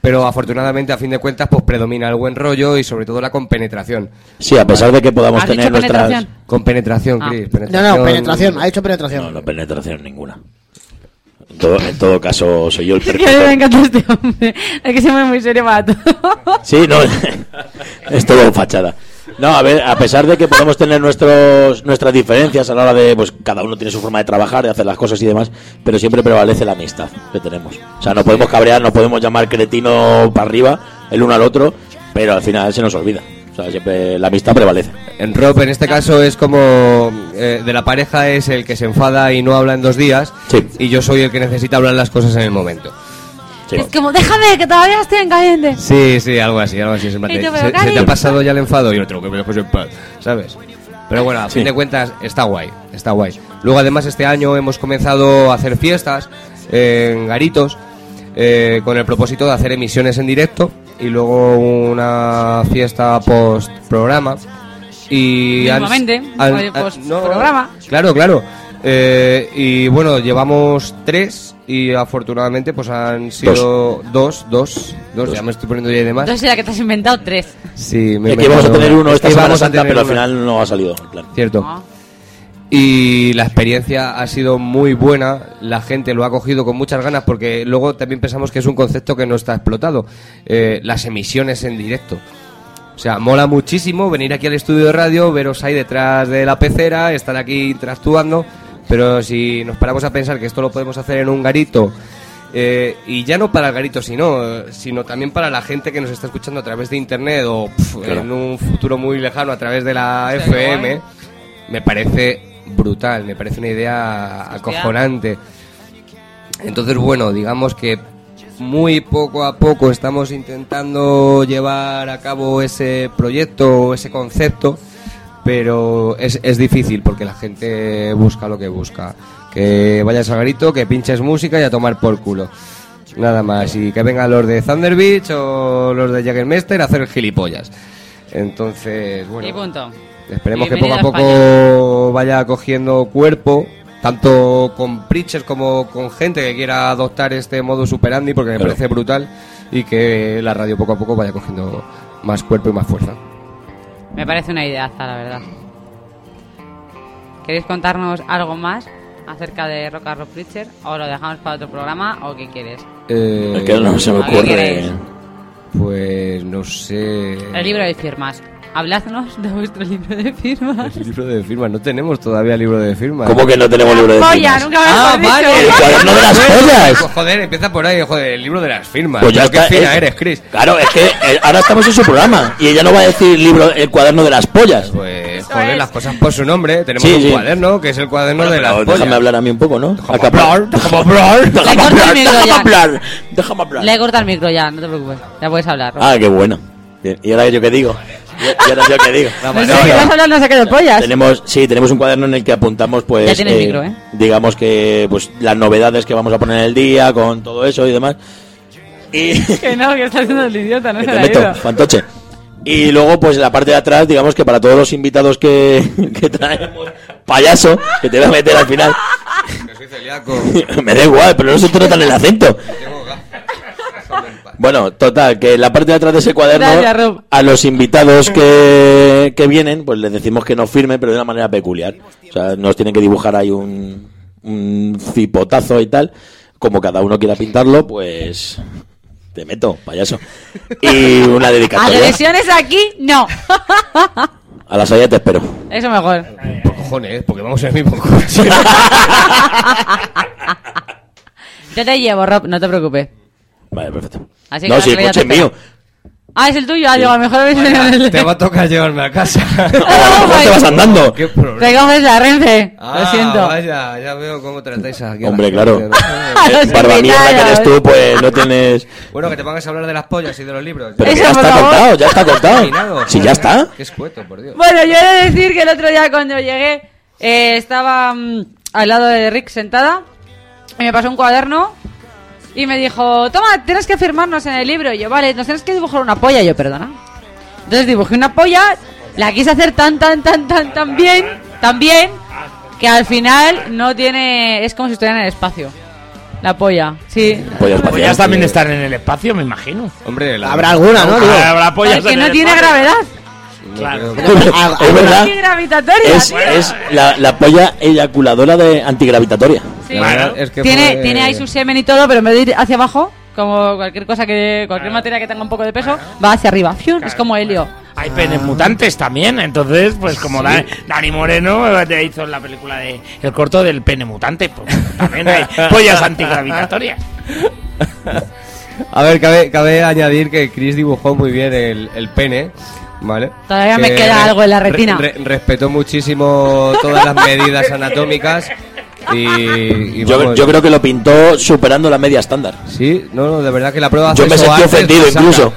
Pero afortunadamente a fin de cuentas pues predomina el buen rollo y sobre todo la compenetración.
Sí, a pesar de que podamos
¿Has dicho
tener nuestras
penetración?
Compenetración,
Ah.
Cris,
No, no, penetración, ha hecho penetración.
No, no penetración ninguna. En todo, en todo caso, soy yo el
Es que a mí me
percutor.
encanta este hombre. Es que se me muy serio para todo.
Sí, no, es todo fachada. No, a ver, a pesar de que podemos tener nuestros, nuestras diferencias a la hora de, pues cada uno tiene su forma de trabajar, de hacer las cosas y demás, pero siempre prevalece la amistad que tenemos. O sea, no podemos cabrear, no podemos llamar cretino para arriba el uno al otro, pero al final se nos olvida. O sea, siempre la amistad prevalece.
En Rob, en este caso, es como eh, de la pareja es el que se enfada y no habla en dos días.
Sí.
Y yo soy el que necesita hablar las cosas en el momento.
Sí.
Es como, déjame, que todavía estoy en caliente.
Sí, sí, algo así, algo así. Se, me-
Y yo, pero
se- se te ha
cariño.
pasado ya el enfado y otro que me dejes en paz, ¿sabes? Pero bueno, a fin de cuentas está guay, está guay. Luego además este año hemos comenzado a hacer fiestas eh, en garitos eh, con el propósito de hacer emisiones en directo y luego una fiesta post programa y han-
Mismamente,
han-
eh,
oye,
han-
post programa.
Claro, claro. Eh, y bueno, llevamos tres y afortunadamente pues han sido dos, dos, dos, ya me estoy poniendo ya y demás.
Entonces, la que te has inventado, tres.
Sí, me
Es que
imagino.
íbamos a tener uno
Es
esta
que
semana
íbamos a
santa,
tener
pero al
uno.
final no ha salido. en plan.
Cierto.
Ah.
Y la experiencia ha sido muy buena, la gente lo ha cogido con muchas ganas porque luego también pensamos que es un concepto que no está explotado, eh, las emisiones en directo. O sea, mola muchísimo venir aquí al estudio de radio, veros ahí detrás de la pecera, estar aquí interactuando, pero si nos paramos a pensar que esto lo podemos hacer en un garito, eh, y ya no para el garito, sino, eh, sino también para la gente que nos está escuchando a través de internet o pf,
Claro.
en un futuro muy lejano a través de la
O sea,
FM,
guay.
me parece brutal, me parece una idea acojonante. Entonces, bueno, digamos que muy poco a poco estamos intentando llevar a cabo ese proyecto o ese concepto, pero es, es difícil porque la gente busca lo que busca. Que vayas al garito, que pinches música y a tomar por culo. Nada más. Y que vengan los de Thunder Beach o los de Jaggermeister a hacer gilipollas. Entonces, bueno.
Y punto.
Esperemos que poco
Bienvenido
a
a
poco vaya cogiendo cuerpo, tanto con preachers como con gente que quiera adoptar este modo superandi, porque me
Claro.
parece brutal, y que la radio poco a poco vaya cogiendo más cuerpo y más fuerza.
Me parece una ideaza, la verdad. ¿Queréis contarnos algo más acerca de Rock and Roll Preacher? ¿O lo dejamos para otro programa? ¿O qué quieres?
Eh,
Es que no se me
¿a qué
ocurre.
queréis?
Pues no sé.
El libro de firmas. Habladnos de vuestro libro de firmas.
El libro de firmas, no tenemos todavía libro de firmas.
¿Cómo que no tenemos libro de
Polla,
firmas?
nunca me has dicho.
El cuaderno de las
Bueno,
pollas.
pues, joder, empieza por ahí, joder, el libro de las firmas.
Pues ya
Pero
está.
Qué fina
eh.
eres, Chris.
Claro, es que eh, ahora estamos en su programa y ella no va a decir libro, el cuaderno de las pollas.
Pues, joder, las cosas por su nombre. Tenemos
Sí,
un
sí.
cuaderno, que es el cuaderno de las
Pero
pollas.
déjame hablar a mí un poco, ¿no?
Déjame
Acá-
hablar,
déjame hablar, déjame
corto el
hablar,
micro
déjame
ya.
hablar, déjame hablar.
Le he cortado el micro ya, no te preocupes. Ya puedes hablar.
Ah, qué bueno. Bien, ¿Y ahora yo qué digo? ¿Y ahora yo qué digo?
No,
no
pues
sé
no,
si
no.
vas a hablar no sé qué de pollas.
Tenemos, sí, tenemos un cuaderno en el que apuntamos, pues,
Ya tienes micro, ¿eh?
digamos que, pues, las novedades que vamos a poner en el día, con todo eso y demás. Y
Que no, que estás haciendo el idiota, no
que
se
te
la
meto, fantoche. Y luego, pues, en la parte de atrás, digamos que para todos los invitados que, que traemos, payaso, que te voy a meter al final.
Que soy celíaco.
Me da igual, pero no se te nota en el acento.
Tengo gafas.
Bueno, total, que en la parte de atrás de ese cuaderno,
Gracias, Rob.
a los invitados que, que vienen, pues les decimos que no firmen, pero de una manera peculiar. O sea, nos tienen que dibujar ahí un, un cipotazo y tal. Como cada uno quiera pintarlo, pues te meto, payaso. Y una dedicatoria.
Agresiones aquí, no.
A las allá te espero.
Eso mejor.
Por cojones, porque vamos en el mismo coche.
Yo te llevo, Rob, no te preocupes.
Vale, perfecto.
Así que
no,
las
si el
allá
coche es
te espero.
mío.
Ah, es el tuyo. Ah, digo, a lo mejor habéis venido en el
Te va a tocar llevarme a casa.
O a lo mejor te vas andando.
Qué problema.
Te coges la Renfe.
Ah,
lo siento.
Vaya, ya veo cómo tratáis aquí. a la
Hombre,
gente,
claro.
¿no?
Ah, los
Eh, Barba mierda que eres
invitados.
tú, pues no tienes.
Bueno, que te pongas a hablar de las pollas y de los libros.
Pero que
Eso,
ya
por
está
favor.
contado, ya está contado.
Terminado.
Si ya está.
Qué escueto, por Dios.
Bueno, yo he de decir que el otro día cuando llegué eh, estaba mm, al lado de Rick sentada y me pasó un cuaderno y me dijo, toma, tienes que firmarnos en el libro. Y yo, vale, nos tienes que dibujar una polla. Y yo, perdona. Entonces dibujé una polla, la quise hacer tan, tan, tan, tan, tan bien, tan bien, que al final no tiene... Es como si estuviera en el espacio. La polla, sí.
Pollas
Pollas pacientes.
también están en el espacio, me imagino.
Hombre, la
Habrá alguna, ¿no? Digo,
Ah, habrá pollas
Porque
en
no
el
tiene
espacio.
gravedad.
Claro.
Ah,
es verdad.
Ni gravitatoria.
Es,
tío.
es la, la polla eyaculadora de antigravitatoria.
Sí.
la
Bueno.
verdad es que
tiene,
fue-
tiene ahí su semen y todo, pero en vez de ir hacia
Ah.
abajo, como cualquier cosa que. cualquier materia que tenga un poco de peso, va hacia arriba. Fiu, Es como helio.
Hay penes
Ah.
mutantes también, entonces, pues como Dan- Dani Moreno eh, te hizo la película de el corto del pene mutante, pues también hay pollas antigravitatorias.
A ver, cabe, cabe añadir que Chris dibujó muy bien el, el pene, ¿vale?
Todavía me
Que
queda algo en la
re-
retina.
re- respetó muchísimo todas las medidas anatómicas y... y
Yo,
vamos,
yo creo que lo pintó superando la media estándar.
Sí, no, no, de verdad que la prueba...
Yo me
acceso
sentí
antes
ofendido
saca.
incluso.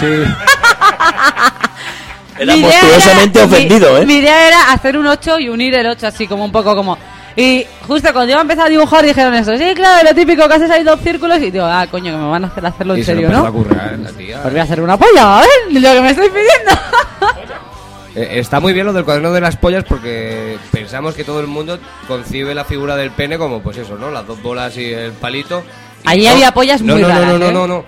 Sí.
Era
Mi idea
monstruosamente
era-
ofendido,
mi-
¿eh?
Mi idea era hacer un 8 y unir el 8 así como un poco como... Y justo cuando yo empecé a dibujar dijeron eso, sí, claro, lo típico que haces ahí dos círculos y digo, ah, coño, que me van a hacer hacerlo en
Y se lo
serio,
empezó a
¿no?
currar la tía.
Pues voy a hacer una polla, a ver, lo que me estoy pidiendo.
Eh, Está muy bien lo del cuaderno de las pollas porque pensamos que todo el mundo concibe la figura del pene como pues eso, ¿no? Las dos bolas y el palito. Y
Allí había pollas
no,
muy
no,
raras,
No, no,
¿eh?
no, no, no.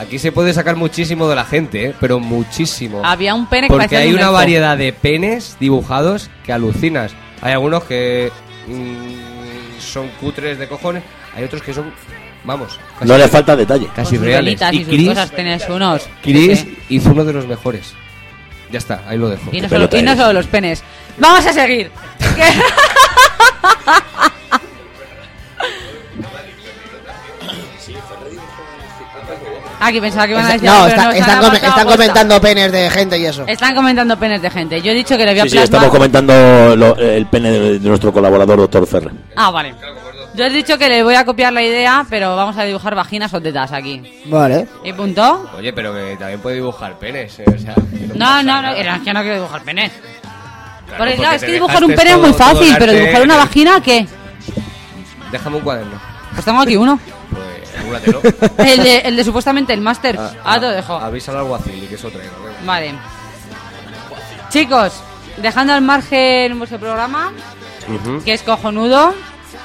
Aquí se puede sacar muchísimo de la gente, ¿eh? pero muchísimo.
Había un pene que
Porque
parecía
hay
un
una
elfo.
variedad de penes dibujados que alucinas. Hay algunos que mm, son cutres de cojones, hay otros que son, vamos, casi,
No le falta detalle.
Con
casi
sus
reales.
velitas
Y
y sus
Chris,
cosas tenías unos.
Chris
Sí, sí.
hizo uno de los mejores. Ya está, ahí lo dejo.
Y no, solo,
pelota
y no
eres.
solo los penes. Vamos a seguir. Aquí pensaba Ah, que iban a decir.
No,
algo, pero
está-
se han Eh.
están, come-
apartado,
están
aposta.
comentando penes de gente y eso.
Están comentando penes de gente. Yo he dicho que le voy a
Sí, sí,
plasmar-
estamos comentando lo- el pene de, de nuestro colaborador, doctor Ferre.
Ah, vale. Yo he dicho que le voy a copiar la idea, pero vamos a dibujar vaginas o tetas aquí.
Vale.
¿Y punto?
Oye, pero que también puede dibujar penes, eh, o sea... que
No, no,
pasa
no,
nada.
era que no quiero dibujar penes.
Claro,
Porque, claro,
porque
es
te
que dibujar un
dejaste
pene es muy
todo- todo
fácil,
el
pero
arte
dibujar una
en el-
vagina, ¿qué?
Déjame un cuaderno.
Pues tengo aquí uno.
Pues, asegúratelo.
El de, el de supuestamente el máster.
Ah,
Ah, te lo dejo.
Avísalo al alguacil y que eso traiga. ¿no?
Vale. Chicos, dejando al margen vuestro programa, que es cojonudo,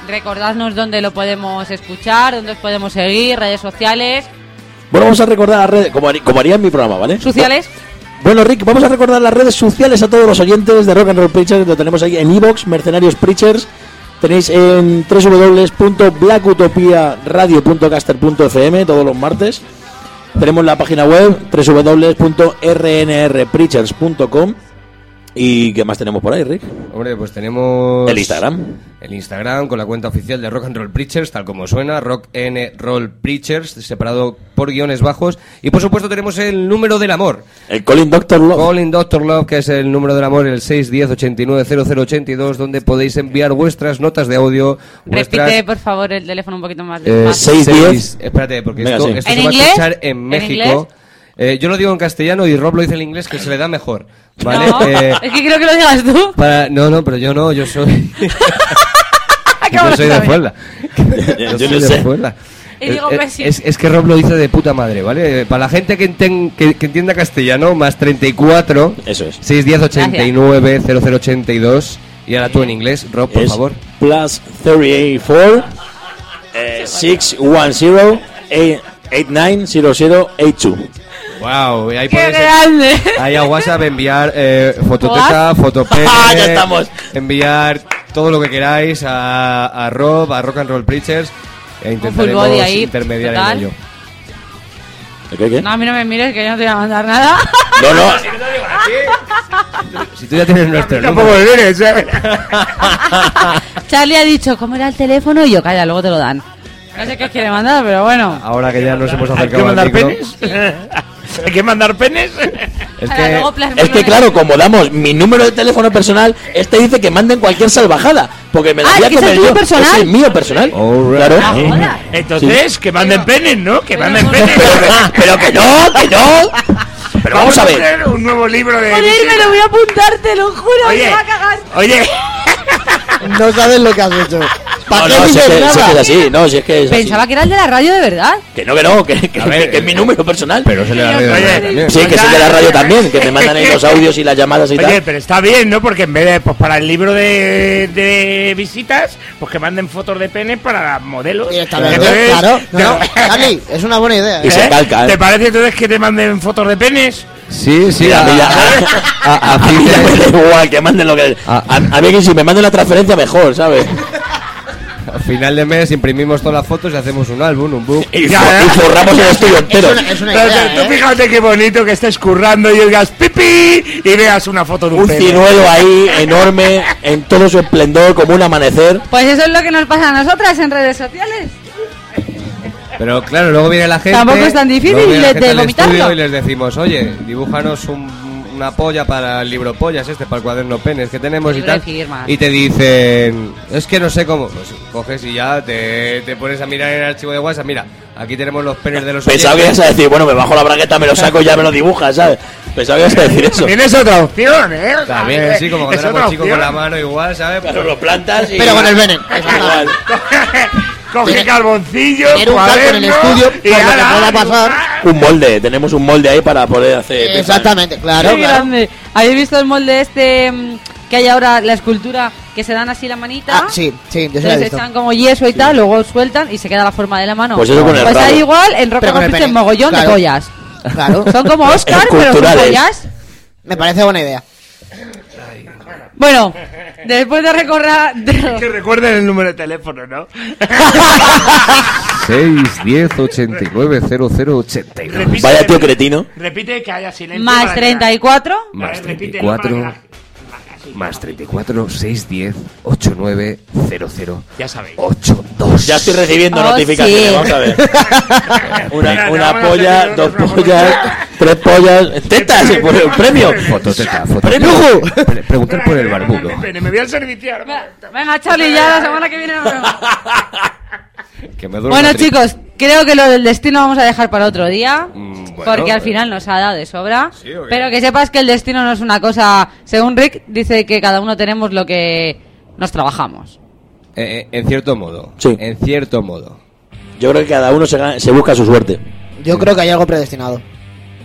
recordadnos dónde lo podemos escuchar, dónde os podemos seguir, redes sociales,
Bueno, vamos a recordar las redes, como, haría- como haría en mi programa, ¿vale?
sociales.
Bueno, Rick, vamos a recordar las redes sociales a todos los oyentes de Rock and Roll Preachers. Lo tenemos ahí en Evox, Mercenarios Preachers. Tenéis en www.blackutopiaradio.caster.fm todos los martes. Tenemos la página web www.rnrpreachers.com. ¿Y qué más tenemos por ahí, Rick?
Hombre, pues tenemos...
El Instagram.
El Instagram con la cuenta oficial de Rock and Roll Preachers, tal como suena, Rock N Roll Preachers, separado por guiones bajos. Y por supuesto tenemos el número del amor.
El Colin Doctor Love.
Calling Doctor Love, que es el número del amor, el 610-890082, donde podéis enviar vuestras notas de audio. vuestras-
Repite, por favor, el teléfono un poquito más
Eh,
despacio.
seis, diez.
seis- Espérate, porque
Venga,
esto,
sí.
esto
¿En
se va a
inglés?
escuchar en
¿En
México. Eh, yo lo digo en castellano y Rob lo dice en inglés, que se le da mejor. ¿Vale?
No,
Eh,
es que creo que lo digas tú.
para- no, no, pero yo no, yo soy.
Acabo
yo soy de
saber.
Puebla.
Yo
soy
no
de
sé.
Puebla.
Y digo, "Pues
Eh,
Messi.
es, es que Rob lo dice de puta madre, ¿vale? Eh, Para la gente que, enten- que, que entienda castellano, más 34,
Eso es.
610 89 0082. Y ahora tú en inglés, Rob, por
es
favor.
Plus 384 eh, 610 eh, 890082.
¡Wow! Ahí
¡Qué
podéis-
grande!
Ahí a WhatsApp enviar eh, fototeca, fotopene,
Ah, ya estamos.
enviar todo lo que queráis a, a Rob, a Rock and Roll Preachers e intentaremos
full body ahí,
intermediar
total.
en ello.
¿Qué, qué?
No, a mí no me mires que yo no te voy a mandar nada.
No, no.
Si tú ya tienes nuestro
Tampoco
número,
me vienes, ¿eh?
Charlie ha dicho, ¿cómo era el teléfono? Y yo, calla, luego te lo dan. No sé qué os quiere mandar, pero bueno.
ahora que ya nos hemos
¿Hay que
acercado al
mandar
micro,
penes? ¿Hay que mandar penes?
es
Para
que
luego plasmarlo
Es que
en-
claro, como damos mi número de teléfono personal, este dice que manden cualquier salvajada, porque me la
Ah,
voy a
es que es el
comer
tuyo
yo.
personal.
Es el mío personal.
All right.
Claro.
Ah, joder.
Entonces, que manden penes, ¿no? Que manden
Pero-
penes.
Pero que, pero que no, que no. Pero vamos a ver.
poner un nuevo libro de.
Joder, me lo voy a apuntar, te lo juro,
Oye,
me va a cagar.
oye,
No sabes lo que has hecho.
No,
¿Para
no,
qué
si es
dices
que, si es que es
nada?
así, no, si es que es así.
Pensaba que era el de la radio de verdad.
Que no, que no, que, que,
A ver,
que es mi número personal.
pero se le da ruido
oye,
también.
Sí, que es el de la radio también, que te mandan ahí los audios y las llamadas y
oye,
tal.
pero está bien, ¿no? Porque en vez de, pues para el libro de, de visitas, pues que manden fotos de penes para las modelos.
Directamente,
Entonces,
claro.
te-
No, Charlie, es una buena idea.
Y
¿eh?
se calca, ¿eh?
¿Te parece entonces que te manden fotos de penes?
Sí, sí,
Mira,
a,
mira,
a- a- a
A mí ya me
fin de-
da igual, que manden lo que. A,
Ah.
a mí que si me manden la transferencia mejor, ¿sabes?
A final de mes imprimimos todas las fotos y hacemos un álbum, un book.
Y,
Ya,
for-
ya.
y forramos el estudio entero.
una- es una
Pero
idea,
tú
¿eh?
fíjate qué bonito que estés currando y digas pipi y veas una foto de un,
Un
pene.
ciruelo ahí, enorme, en todo su esplendor, como un amanecer.
Pues eso es lo que nos pasa a nosotras en redes sociales.
Pero claro, luego viene la gente.
Tampoco es tan difícil
luego viene la
de-
gente
de
al
vomitarlo.
estudio Y les decimos, oye, dibújanos un- una polla para el libro pollas, este, para el cuaderno penes que tenemos y
Libro
tal.
de firmas.
Y te dicen, es que no sé cómo. Pues coges y ya te, te pones a mirar en el archivo de WhatsApp. Mira, aquí tenemos los penes de los.
Pensaba que ibas
oyentes.
a decir, bueno, me bajo la bragueta, me lo saco y ya me lo dibujas, ¿sabes? Pensaba que ibas a decir eso.
También es otra opción, ¿eh? O sea,
También, sí, como cuando
es otra
éramos chicos
opción.
con la mano igual, ¿sabes?
Claro, lo plantas y.
Pero con el veneno.
Igual.
Coge
Tener-
carboncillo,
tener un calco en el
cuaderno,
estudio,
y
por lo que
ala,
pueda pasar.
dibujar.
Un molde, tenemos un molde ahí para poder hacer.
Eh, Exactamente, claro,
Qué
claro.
grande. ¿Habéis visto el molde este mm, que hay ahora, la escultura, que se dan así la manita?
Ah, sí, sí, yo sí lo he
Entonces
visto.
echan como yeso y tal, luego sueltan y se queda la forma de la mano.
Pues eso con el
Pues
rabo.
ahí igual en Rock
Pero con el
Rock
pene.
mogollón
Claro.
de pollas.
Claro,
Son como Oscar, pero son
Esculturales.
pollas.
me parece buena idea.
Bueno, después de recorrer...
Que recuerden el número de teléfono, ¿no?
6, 10, 89, 00, 89.
Repite-
Vaya tío cretino.
Repite que haya silencio. para
más
que-
34.
Más
Repítelo para
34,
que la-
más 34, 6, 10, 89, 00,
Ya sabéis.
82.
Ya estoy recibiendo
Oh,
notificaciones,
sí.
vamos a ver. Una,
Espera,
una
vamos a
polla,
hacer
dos
una
pollas,
foto.
tres pollas. ¡Tetas! por el premio!
Fototeta, fototeta.
¡Premio!
Pre- Preguntar por el
Espera, que
barbudo.
me- me- Me voy al serviciar.
Venga, Charlie, ya la semana que viene nos vemos.
Que me duele
Bueno,
la tripa.
chicos, creo que lo del destino vamos a dejar para otro día.
Mm, bueno,
porque al
eh.
final nos ha dado de sobra.
Sí, ¿o qué?
Pero que sepas que el destino no es una cosa. Según Rick, dice que cada uno tenemos lo que nos trabajamos.
Eh, eh, en cierto modo.
Sí.
En cierto modo.
Yo creo que cada uno se, gana- se busca su suerte.
Yo creo que hay algo predestinado.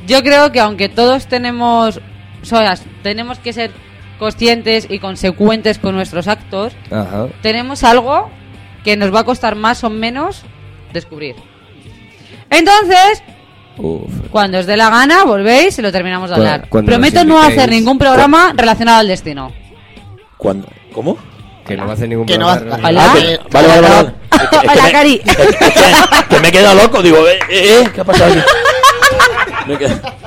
Yo creo que aunque todos tenemos. solas, tenemos que ser conscientes y consecuentes con nuestros actos.
Ajá.
tenemos algo que nos va a costar más o menos descubrir. Entonces,
Uf.
cuando os dé la gana, volvéis y lo terminamos de
Cu-
hablar.
cuando
Prometo
nos
no
invitéis.
hacer ningún programa relacionado al destino.
¿Cuándo? ¿Cómo?
Que no va a hacer ningún
Que no
problema.
va-
Hola.
Ah, que- vale, vale, vale. Es que- es que
Hola,
me-
Cari.
es que- es que- Que me he quedado loco, digo, eh, eh, eh, ¿qué ha pasado aquí? Me he quedado-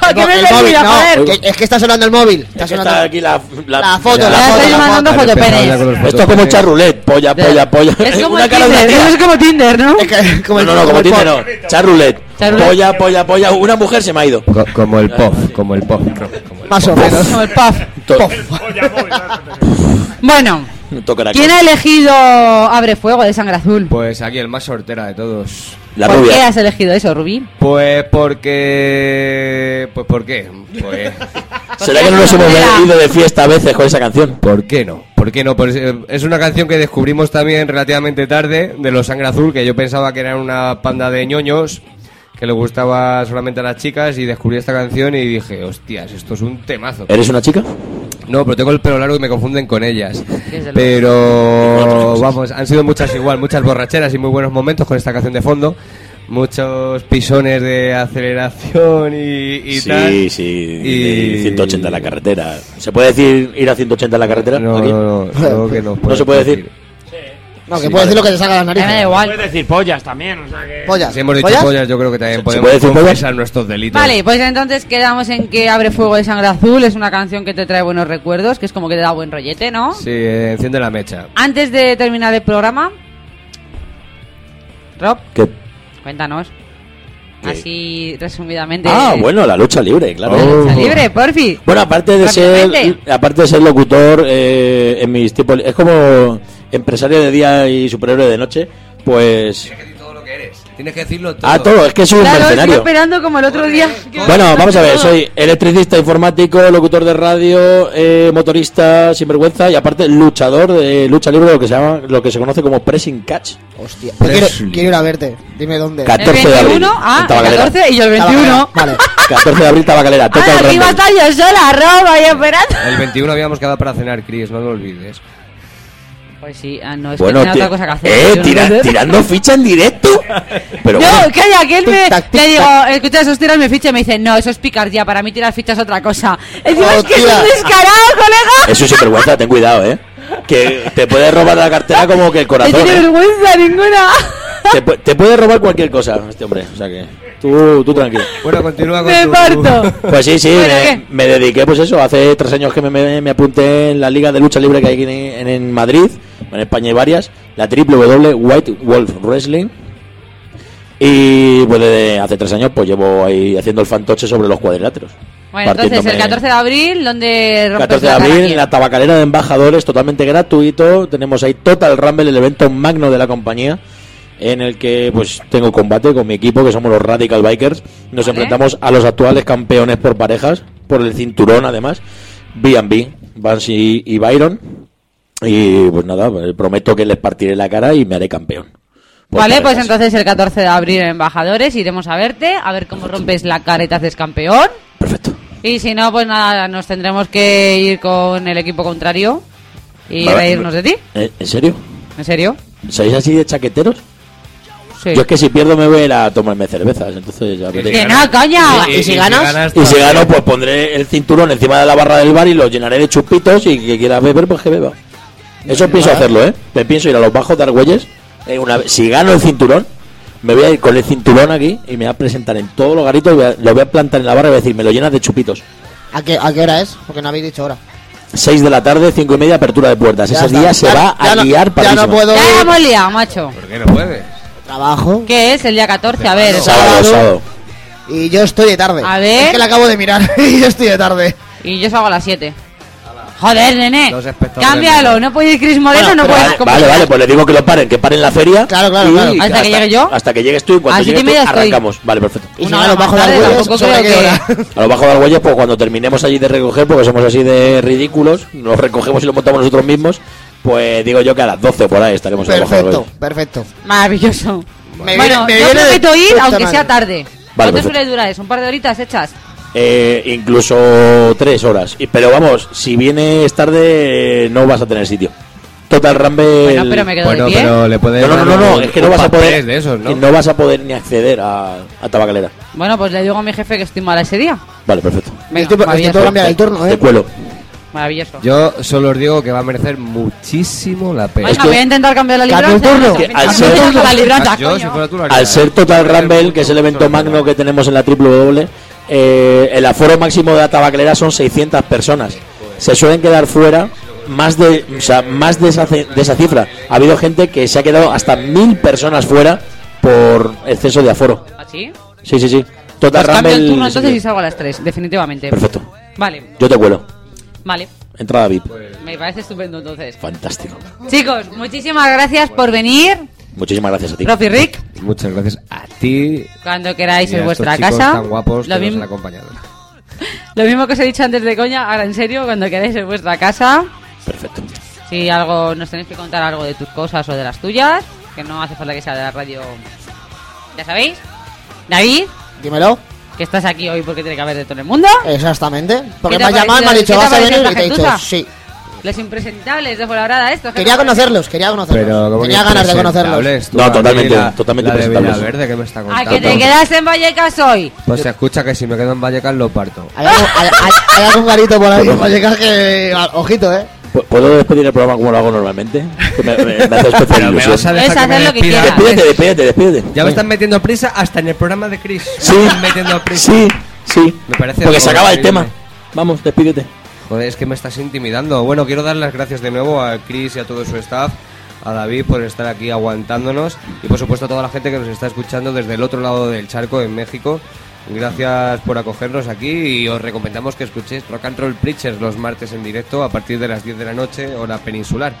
Ah, ¡Que me
el
he
móvil,
perdido, joder!
no, que- es que está sonando el móvil. Está
es que
sonando
está aquí la, la-
la foto,
ya.
la
Ya
foto.
estoy
la
mandando
foto.
Vale,
fotopenes.
empezaba ya con los
Esto es como
fotopenes.
echar roulette, polla, polla, polla.
Es como
Una cara de una
Tinder,
tía.
eso es como Tinder, ¿no?
Es que- como
No,
el-
no, no,
como
como
el
Tinder
pop.
no. Echar roulette.
Echar roulette.
Polla, polla, polla. Una mujer se me ha ido.
Co- como el POF, como el POF. Como el
Más o menos.
Como el puff.
To-
Bueno,
tocará
¿quién ha elegido Abre Fuego de Sangre Azul?
Pues aquí el más sortera de todos.
La
¿Por qué
rubia.
has elegido eso, Rubí?
Pues porque... Pues ¿por qué? Pues...
¿Será que no nos hemos
Mira.
ido de fiesta a veces con esa canción?
¿Por qué no? ¿Por qué no? Pues, eh, es una canción que descubrimos también relativamente tarde de Los Sangre Azul, que yo pensaba que eran una panda de ñoños que le gustaba solamente a las chicas y descubrí esta canción y dije, hostias, esto es un temazo.
¿Eres una chica?
No, pero tengo el pelo largo y me confunden con ellas.
Desde luego.
Pero vamos, han sido muchas igual, muchas borracheras y muy buenos momentos con esta canción de fondo. Muchos pisones de aceleración y, y tal.
Sí, sí.
Y-
de 180 en la carretera. ¿Se puede decir ir a 180 en la carretera?
No,
aquí?
no, no, creo que no.
No se puede decir.
No, que
Sí, vale.
puedes decir lo que te salga de la
Ya me da
nariz.
igual.
Puedes decir pollas también, o sea que...
Pollas.
Si hemos dicho pollas, yo creo que también
¿Se
podemos
puede decir pollas?
confesar nuestros delitos.
Vale, pues entonces quedamos en que Abre Fuego de Sangre Azul es una canción que te trae buenos recuerdos, que es como que te da buen rollete, ¿no?
Sí, eh, enciende la mecha.
Antes de terminar el programa, Rob,
Que-
cuéntanos.
¿Qué?
Así resumidamente.
Ah, bueno, la lucha libre, claro.
La lucha libre, porfi.
Bueno, aparte de ser
Rápidamente.
aparte de ser locutor eh, en mis tiempos, es como empresario de día y superhéroe de noche, pues
Tienes que decir todo lo que eres. Tienes que decirlo todo.
a Ah, todo, es que soy un
Claro, estoy
mercenario.
esperando como el otro día. que-
Bueno, vamos a ver, soy electricista, informático, locutor de radio, eh, motorista, sinvergüenza y aparte luchador de lucha libre, lo que se llama, lo que se conoce como pressing catch.
Hostia, yo quiero,
Leslie.
quiero ir a verte. Dime dónde.
Cat-
El
14 de abril,
21,
en
ah, el
Tabakalera.
14 y yo el 21.
Vale.
14 de abril, Tabacalera, toca
Ah,
el
aquí va a
Rumble.
estar yo sola, Rob, ahí esperando.
El 21 habíamos quedado para cenar, Chris, no lo olvides.
Pues sí, ah, no, es
Bueno,
que tenía
ti-
otra cosa que hacer.
eh,
yo no
tira-
sé.
tirando ficha en directo. Pero bueno.
No, calla, que él me.
Tic-tac,
Le
tic-tac.
digo, escucha, esos tiras mi ficha y me dice, no, eso es picardía, para
Oh,
mí tirar fichas es otra cosa. Encima es que es
Hostia.
un descarado, colega.
Eso es sinvergüenza, ten cuidado, ¿eh? que te puede robar la cartera como que el
No
corazón.
tiene
¿eh?
vergüenza ninguna.
Te, pu- te puede robar cualquier cosa este hombre. O sea que tú, tú tranquilo.
Bueno, continúa con
Me
tu-
parto.
Pues sí, sí,
Bueno,
me,
¿qué?
me dediqué, pues eso, hace tres años que me, me- me apunté en la liga de lucha libre que hay aquí en, en Madrid, en España y varias, la W E White Wolf Wrestling. Y pues desde hace tres años pues llevo ahí haciendo el fantoche sobre los cuadriláteros.
Bueno, entonces el
Partiéndome-
14 de abril, ¿dónde rompes
14 de
la cara
abril
aquí?
en la tabacalera de embajadores, totalmente gratuito. Tenemos ahí Total Rumble, el evento magno de la compañía, en el que pues tengo combate con mi equipo, que somos los Radical Bikers. Nos
Vale.
enfrentamos a los actuales campeones por parejas, por el cinturón además, B&B, Vance y, y Byron. Y pues nada, pues, prometo que les partiré la cara y me haré campeón. Por
Vale, pues
parejas.
entonces el 14 de abril en Embajadores iremos a verte, a ver cómo rompes la cara y te haces campeón.
Perfecto.
Y si no, pues nada, nos tendremos que ir con el equipo contrario y
Vale.
reírnos de ti.
¿Eh, ¿En serio?
¿En serio?
¿Sois así de chaqueteros?
Sí.
Yo es que si pierdo me voy a ir a tomarme cervezas, entonces ya veré.
Que no, coño.
¿Y si ganas?
Y si gano, pues pondré el cinturón encima de la barra del bar y lo llenaré de chupitos y que quiera beber, pues que beba. Eso pienso hacerlo, ¿eh? Me pienso ir a los bajos de Argüelles. eh, una vez- si gano el cinturón, me voy a ir con el cinturón aquí y me voy a presentar en todos los garitos, voy a- lo voy a plantar en la barra y voy a decir, me lo llenas de chupitos.
¿A qué, ¿A qué hora es? Porque no habéis dicho hora.
6 de la tarde, 5 y media, apertura de puertas.
Ya
Ese
está.
día se
Ya-
va
ya
a
no-
liar para
Ya no puedo
Ya la
ir.
hemos liado, macho.
¿Por qué no puedes?
Trabajo.
¿Qué es el día 14? A ver.
Sábado, sábado.
Y yo estoy de tarde.
A ver.
Es que la acabo de mirar. y yo estoy de tarde.
Y yo salgo a las 7. Joder, nene.
Los espectadores.
Cámbialo. No puede ir Chris Moreno, no puede
Vale,
ir
vale, vale, pues le digo que lo paren, que paren la feria.
Claro, claro,
y
claro.
Hasta que llegue yo.
Hasta que llegues tú y
A
cuando
las siete y
llegues tú
media estoy.
arrancamos. Vale, perfecto.
Y si
Una
no,
hora
los bajo de
más tarde
Argüelles,
tampoco
¿sobre
creo
qué
que-
hora?
A lo bajo de Argüelles, pues cuando terminemos allí de recoger, porque somos así de ridículos, nos recogemos y lo montamos nosotros mismos, pues digo yo que a las 12 por ahí estaremos en Abajo de
Perfecto,
Argüelles.
perfecto.
Maravilloso.
Me
bueno,
viene- me
yo
viene de
prometo ir,
puta
aunque
madre. pues
sea tarde.
Vale,
¿Cuánto
perfecto.
suele durar eso? ¿Un par de horitas hechas?
Eh, incluso 3 horas. Y- Pero vamos, si vienes tarde, eh, no vas a tener sitio. Total Rumble.
Bueno, pero me quedo
Bueno,
de pie.
pero le puedes.
No, no, no, no, no, es que no vas a poder.
De esos, ¿no?
que no vas a poder ni acceder a, a Tabacalera.
Bueno, pues le digo a mi jefe que estoy mala ese día.
Vale, perfecto.
Venga,
Estoy- estoy
maravilloso.
todo cambiado. Cambiar el turno, ¿eh?
Te cuelo.
Maravilloso.
Yo solo os digo que va a merecer muchísimo la pena.
Venga,
es que-
voy a intentar cambiar la
Cambia
libreta.
un turno.
Que al
Cambia
ser-
la libreta,
Ah, yo,
coño.
si fuera tú, lo haría.
Al ser Total Rumble, que es el evento
Total
magno
Rumble.
que tenemos en la WWE, eh, el aforo máximo de la tabacalera son 600 personas. Se suelen quedar fuera más de, o sea, más de esa, ce- de esa cifra. Ha habido gente que se ha quedado hasta mil personas fuera por exceso de aforo.
¿Así?
Sí, sí, sí. Total
¿Ah, Pues cambio el
Rumble.
turno
sí,
entonces
sí.
y salgo a las 3, definitivamente.
Perfecto.
Vale,
Yo te cuelo.
vale.
Entrada VIP.
Me parece estupendo entonces.
Fantástico.
Chicos, muchísimas gracias por venir.
Muchísimas gracias a ti.
Profi Rick,
Muchas gracias a ti.
cuando queráis
y a
en
estos
vuestra
chicos
casa.
Tan guapos
lo,
que nos
mismo-
han acompañado.
lo mismo que os he dicho antes de coña, ahora en serio, cuando queráis en vuestra casa.
Perfecto.
Si algo nos tenéis que contar algo de tus cosas o de las tuyas, que no hace falta que sea de la radio. Ya sabéis. David,
Dímelo.
que estás aquí hoy porque tiene que haber de todo el mundo.
Exactamente. Porque
¿Qué
me
te
has
ha
llamado y me has
parecido- qué
dicho,
te ha
vas a venir
parecido
y te he
esta
dicho,
gentuza?
sí.
Los impresentables de Fuenlabrada, estos. que
Quería
acaban-
conocerlos, quería
Pero
conocerlos.
como
Tenía
que
ganas de conocerlos.
presentables, tú,
No,
a mí
totalmente,
la-
totalmente
la de
presentables.
Villaverde que me está
A
contando.
Ah, que te quedas en Vallecas hoy.
Pues se escucha que si me quedo en Vallecas lo parto.
Hay algún, hay, hay- hay algún garito por ahí en Vallecas que. Ojito, eh.
¿Pu- ¿Puedo despedir el programa como lo hago normalmente? Que me, me- me hace especial
Pero me
ilusión.
vas a dejar
Es
que me
hacer lo que
despida.
quieras.
Despídete, despídete, despídete.
Ya me
Venga.
están metiendo prisa hasta en el programa de Chris.
Sí.
Me están metiendo prisa.
Sí, sí.
Me parece
Porque se acaba el
horrible.
tema. Vamos, despídete.
Joder, es que me estás intimidando. Bueno, quiero dar las gracias de nuevo a Chris y a todo su staff, a David por estar aquí aguantándonos y por supuesto a toda la gente que nos está escuchando desde el otro lado del charco en México. Gracias por acogernos aquí y os recomendamos que escuchéis Rock and Roll Preachers los martes en directo a partir de las 10 de la noche, hora peninsular.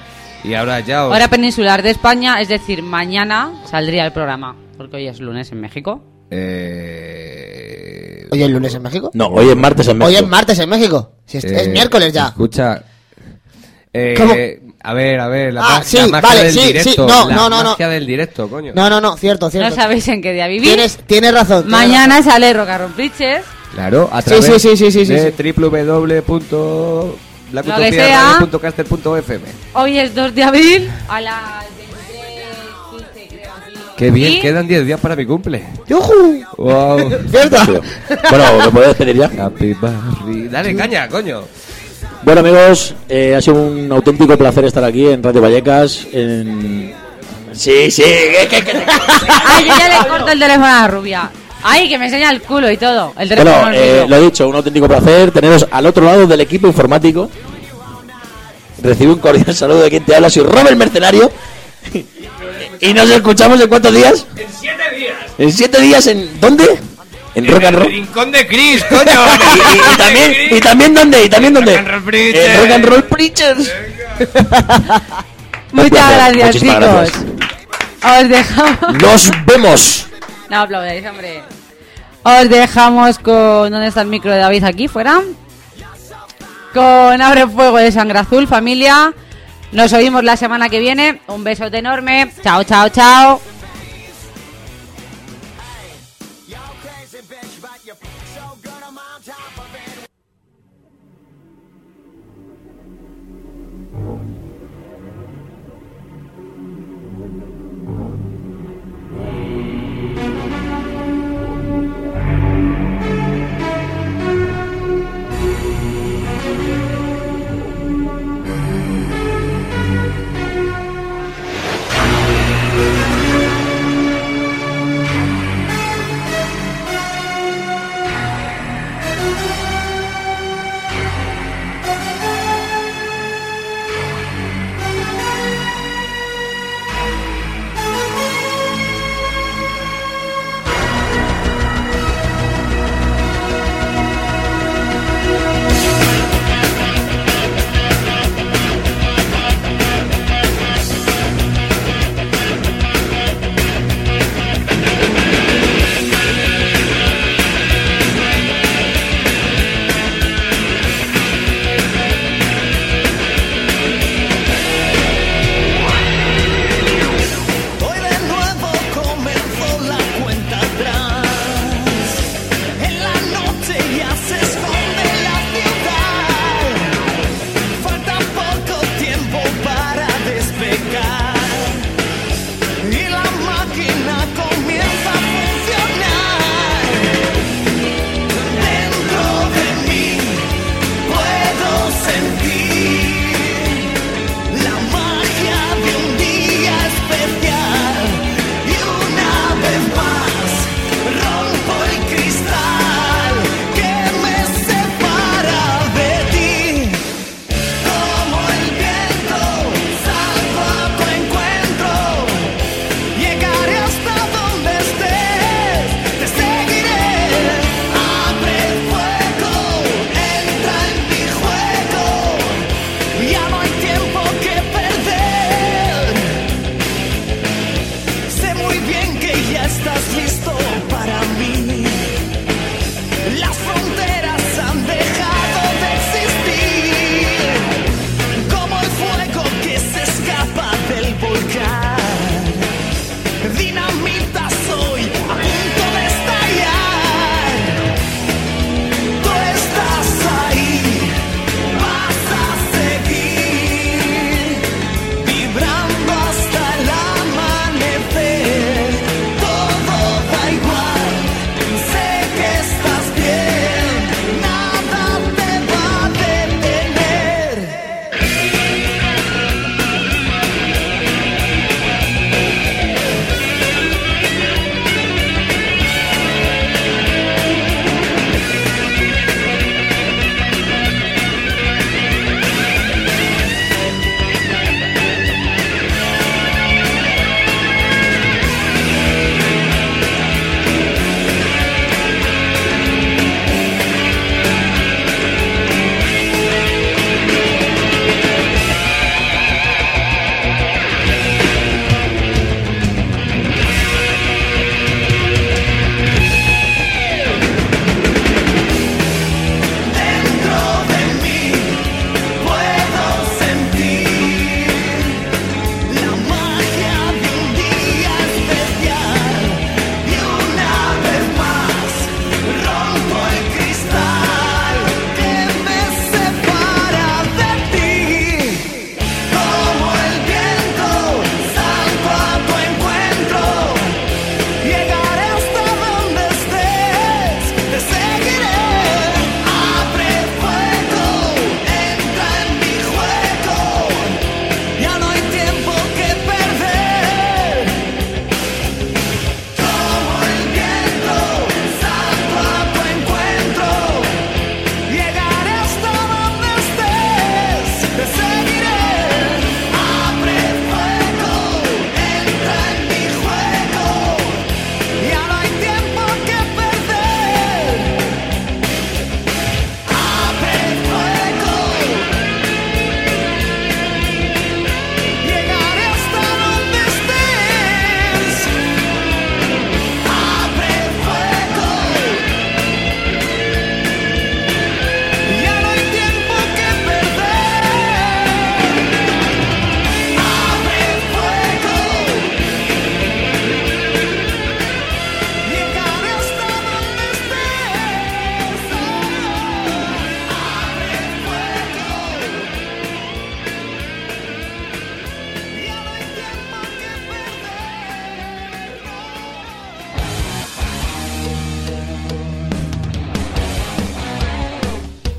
Y ahora ya os...
Hora peninsular de España, es decir, mañana saldría el programa. Porque hoy es lunes en México.
Eh...
Hoy es lunes en México.
No, hoy es martes en
Hoy
México.
es martes en México. Si es, es
Eh,
miércoles ya.
Escucha.
¿Cómo?
Eh, a ver, a ver, la,
Ah,
ma-
sí,
la magia
vale,
del
sí, sí,
directo.
no,
la
no, no, no.
magia del directo, coño.
No, no, no, cierto,
No
cierto.
sabéis en qué día vivir.
Tienes, tienes razón. tienes
Mañana sale Rocarron Pritches.
Claro, a
Sí,
través
sí, sí, sí, sí,
de
sí, sí.
Lo que sea.
www.blackutopia.caster.fm
Hoy es 2 de abril a las 23.15 creo. aquí.
Qué bien,
Y
quedan 10 días para mi cumple.
razón. ¡Yujú!
Wow.
¿Cierto?
Sí. Bueno, ¿me puedo despedir ya?
Happy birthday. Dale caña, coño.
Bueno, amigos, eh, ha sido un auténtico placer estar aquí en Radio Vallecas. En... Sí, sí, que- que- que-
Ay, yo ya le corto el teléfono a la rubia. Ay, que me enseña el culo y todo. El teléfono
Bueno,
al
eh,
vídeo.
lo he dicho, un auténtico placer teneros al otro lado del equipo informático. Recibe un cordial saludo de quien te habla, soy Robert Mercenario. Y nos escuchamos en cuántos días?
En siete días.
En siete días, ¿en dónde? En Rock and Roll.
rincón de Chris, coño.
Y, y- y también, y también dónde, y también dónde. Eh,
Rock and Roll Preachers.
En Rock and Roll Preachers.
Muchas gracias, chicos.
Muchísimas gracias.
Os dejamos.
Nos vemos.
No aplaudáis, hombre. Os dejamos con. ¿Dónde está el micro de David? Aquí fuera. Con Abre Fuego de Sangre Azul, familia. Nos oímos la semana que viene. Un besote enorme. Chao, chao, chao.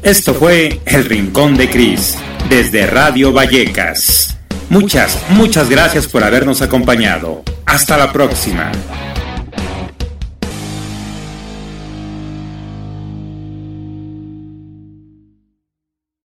Esto fue El Rincón de Cris, desde Radio Vallecas. Muchas, muchas gracias por habernos acompañado. Hasta la próxima.